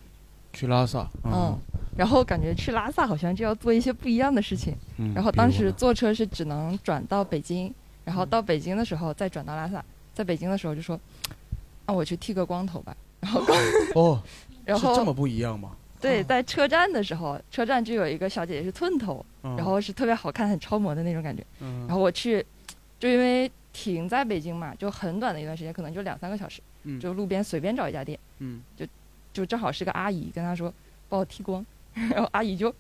去拉萨，嗯，然后感觉去拉萨好像就要做一些不一样的事情，嗯然后比当如时呢嗯坐车是只能转到北京，然后到北京的时候再转到拉萨，在北京的时候就说，啊我去剃个光头吧，然后光，哦，然后是这么不一样吗？对，在车站的时候，车站就有一个小姐姐是寸头，嗯然后是特别好看、很超模的那种感觉。嗯然后我去，就因为停在北京嘛，就很短的一段时间，可能就两三个小时，嗯就路边随便找一家店，嗯，就就正好是个阿姨跟她说帮我剃 光，然后阿姨就。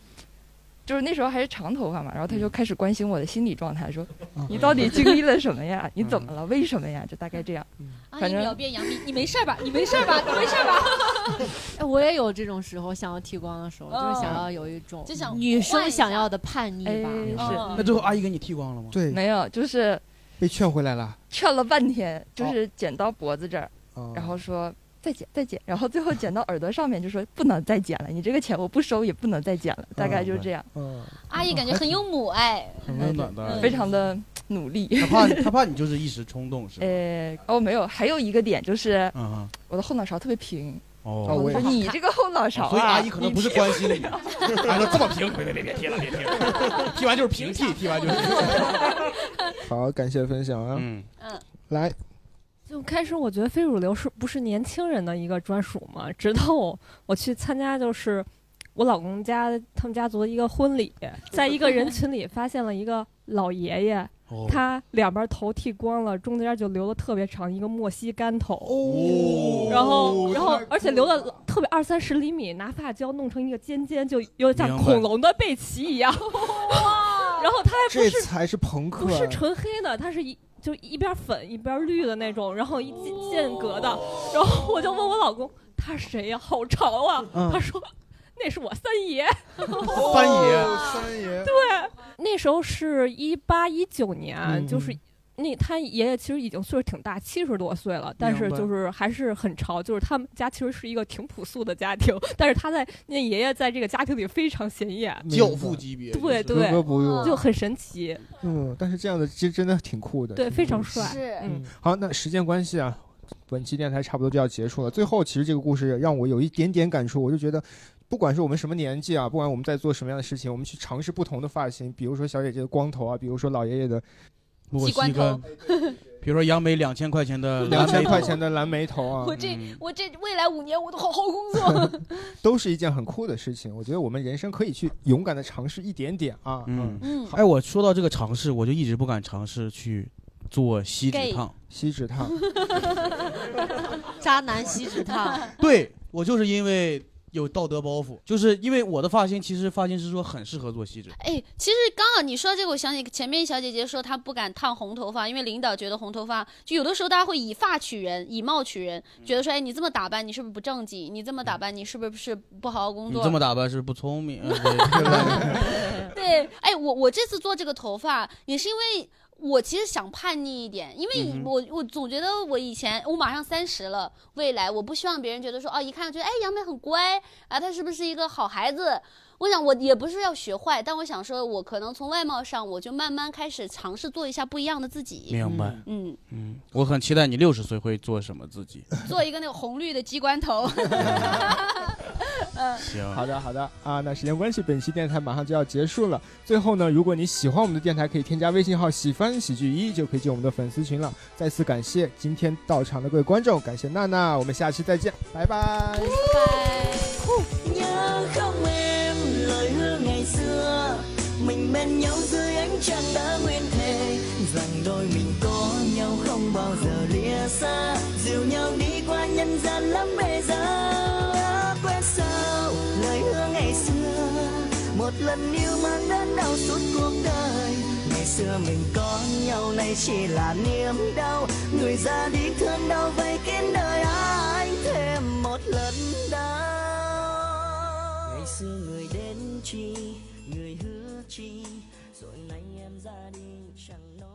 就是那时候还是长头发嘛，然后她嗯就开始关心我的心理状态，说：“你到底经历了什么嗯呀？你怎么了？为什么呀？”就大概这样。啊，反一正秒变杨幂，你没事儿吧？你没事儿吧？你没事儿吧？哎，我也有这种时候，想要剃光的时候，就是想要有一种哦就想女换生一想下要 的叛逆吧。那最后阿姨给你剃光了吗？对，哎哦没有，就是被劝回来了。劝了半天，就是剪到脖子这儿，哦然后说再剪再剪，然后最后剪到耳朵上面就说不能再剪了，你这个钱我不收，也不能再剪了，大哦概就是这样。嗯，阿姨感觉很有母爱，很温暖的，非常的努力。他嗯 怕你，他怕你就是一时冲动是吧？呃，哦，没有，还有一个点就是嗯哼，我的后脑勺特别平。哦我说你这个后脑勺啊，所以阿姨可能不是关心 你，他她说这么平，别别别别贴了，别贴了，剃完就是平剃，剃完就是好，感谢分享啊。嗯嗯，来，哎就开始我觉得非主流是不是年轻人的一个专属嘛？直到我我去参加就是我老公家他们家族的一个婚礼，在一个人群里发现了一个老爷 爷，哦他两边头剃光了，中间就留了特别长一个莫西干头，哦然后然后而且留的特别二三十厘米，拿发胶弄成一个尖尖，就有点像明白恐龙的背鳍 一样。然后他还不这是才是朋克，不是纯黑的，它是一就一边粉一边绿的那种，然后一间间隔哦的。 然后我就问我老公，他是谁呀、好长啊！嗯他说那是我三爷。哦三 三爷，爷，对，那时候是一八一九年，就是那他爷爷其实已经岁数挺大，七十多岁了，但是明白就是还是很潮，就是他们家其实是一个挺朴素的家庭， 但是他在那爷爷在这个家庭里非常显眼，教父级别，对格格对，不入就很神奇，嗯，但是这样的其实真的挺酷的，对，非常帅，是嗯，好，那时间关系啊，本期电台差不多就要结束了。最后，其实这个故事让我有一点点感触，我就觉得，不管是我们什么年纪啊，不管我们在做什么样的事情，我们去尝试不同的发型，比如说小姐姐的光头啊，比如说老爷爷的莫西 干，嗯比如说杨梅两千块钱的两蓝莓嗯千块钱的蓝莓头 啊，我这我这未来五年我都好好工作，都是一件很酷的事情。我觉得我们人生可以去勇敢的尝试一点点啊。嗯嗯哎，我说到这个尝试，我就一直不敢尝试去做锡纸 Gay 烫。锡纸烫，渣男锡纸烫， 对我就是因为有道德包袱，就是因为我的发型，其实发型师说很适合做锡纸。哎，其实刚好你说这个，我想起前面小姐姐说她不敢烫红头发，因为领导觉得红头发就有的时候大家会以发取人，以貌取人，觉得说哎你这么打扮你是不是不正嗯经？你这么打扮你是不是不好好工你作？这么打扮是不是不聪明？呃对对 对，对对，哎，我我这次做这个头发也是因为。我其实想叛逆一点，因为嗯哼我、我总觉得我以前我马上三十了，未来我不希望别人觉得说哦，一看就觉得哎杨梅很乖啊，她是不是一个好孩子？我想我也不是要学坏，但我想说，我可能从外貌上我就慢慢开始尝试做一下不一样的自己。明白嗯，嗯，我很期待你六十岁会做什么自己。做一个那个红绿的鸡 冠头。 嗯，行好的，好的啊，那时间关系，本期电台马上就要结束了。最后呢，如果你喜欢我们的电台，可以添加微信号“喜欢喜剧一”，就可以进我们的粉丝群了。再次感谢今天到场的各位观众，感谢娜娜，我们下期再见，拜拜。 nhớ không em lời hứa ngày xưa mình bên nhau dưới ánh trăng đã nguyên thề rằng đôi mình có nhau không bao giờ lìa xa dìu nhau đi qua nhân gian lắm bề giá quên sao lời hứa ngày xưa một lần yêu mang đớn đau suốt cuộc đời ngày xưa mình có nhau nay chỉ là niềm đau người ra đi thương đau vây kín đời à, anh thêm một lần đau ngày xưa người đến chi người hứa chi rồi nay em ra đi chẳng nói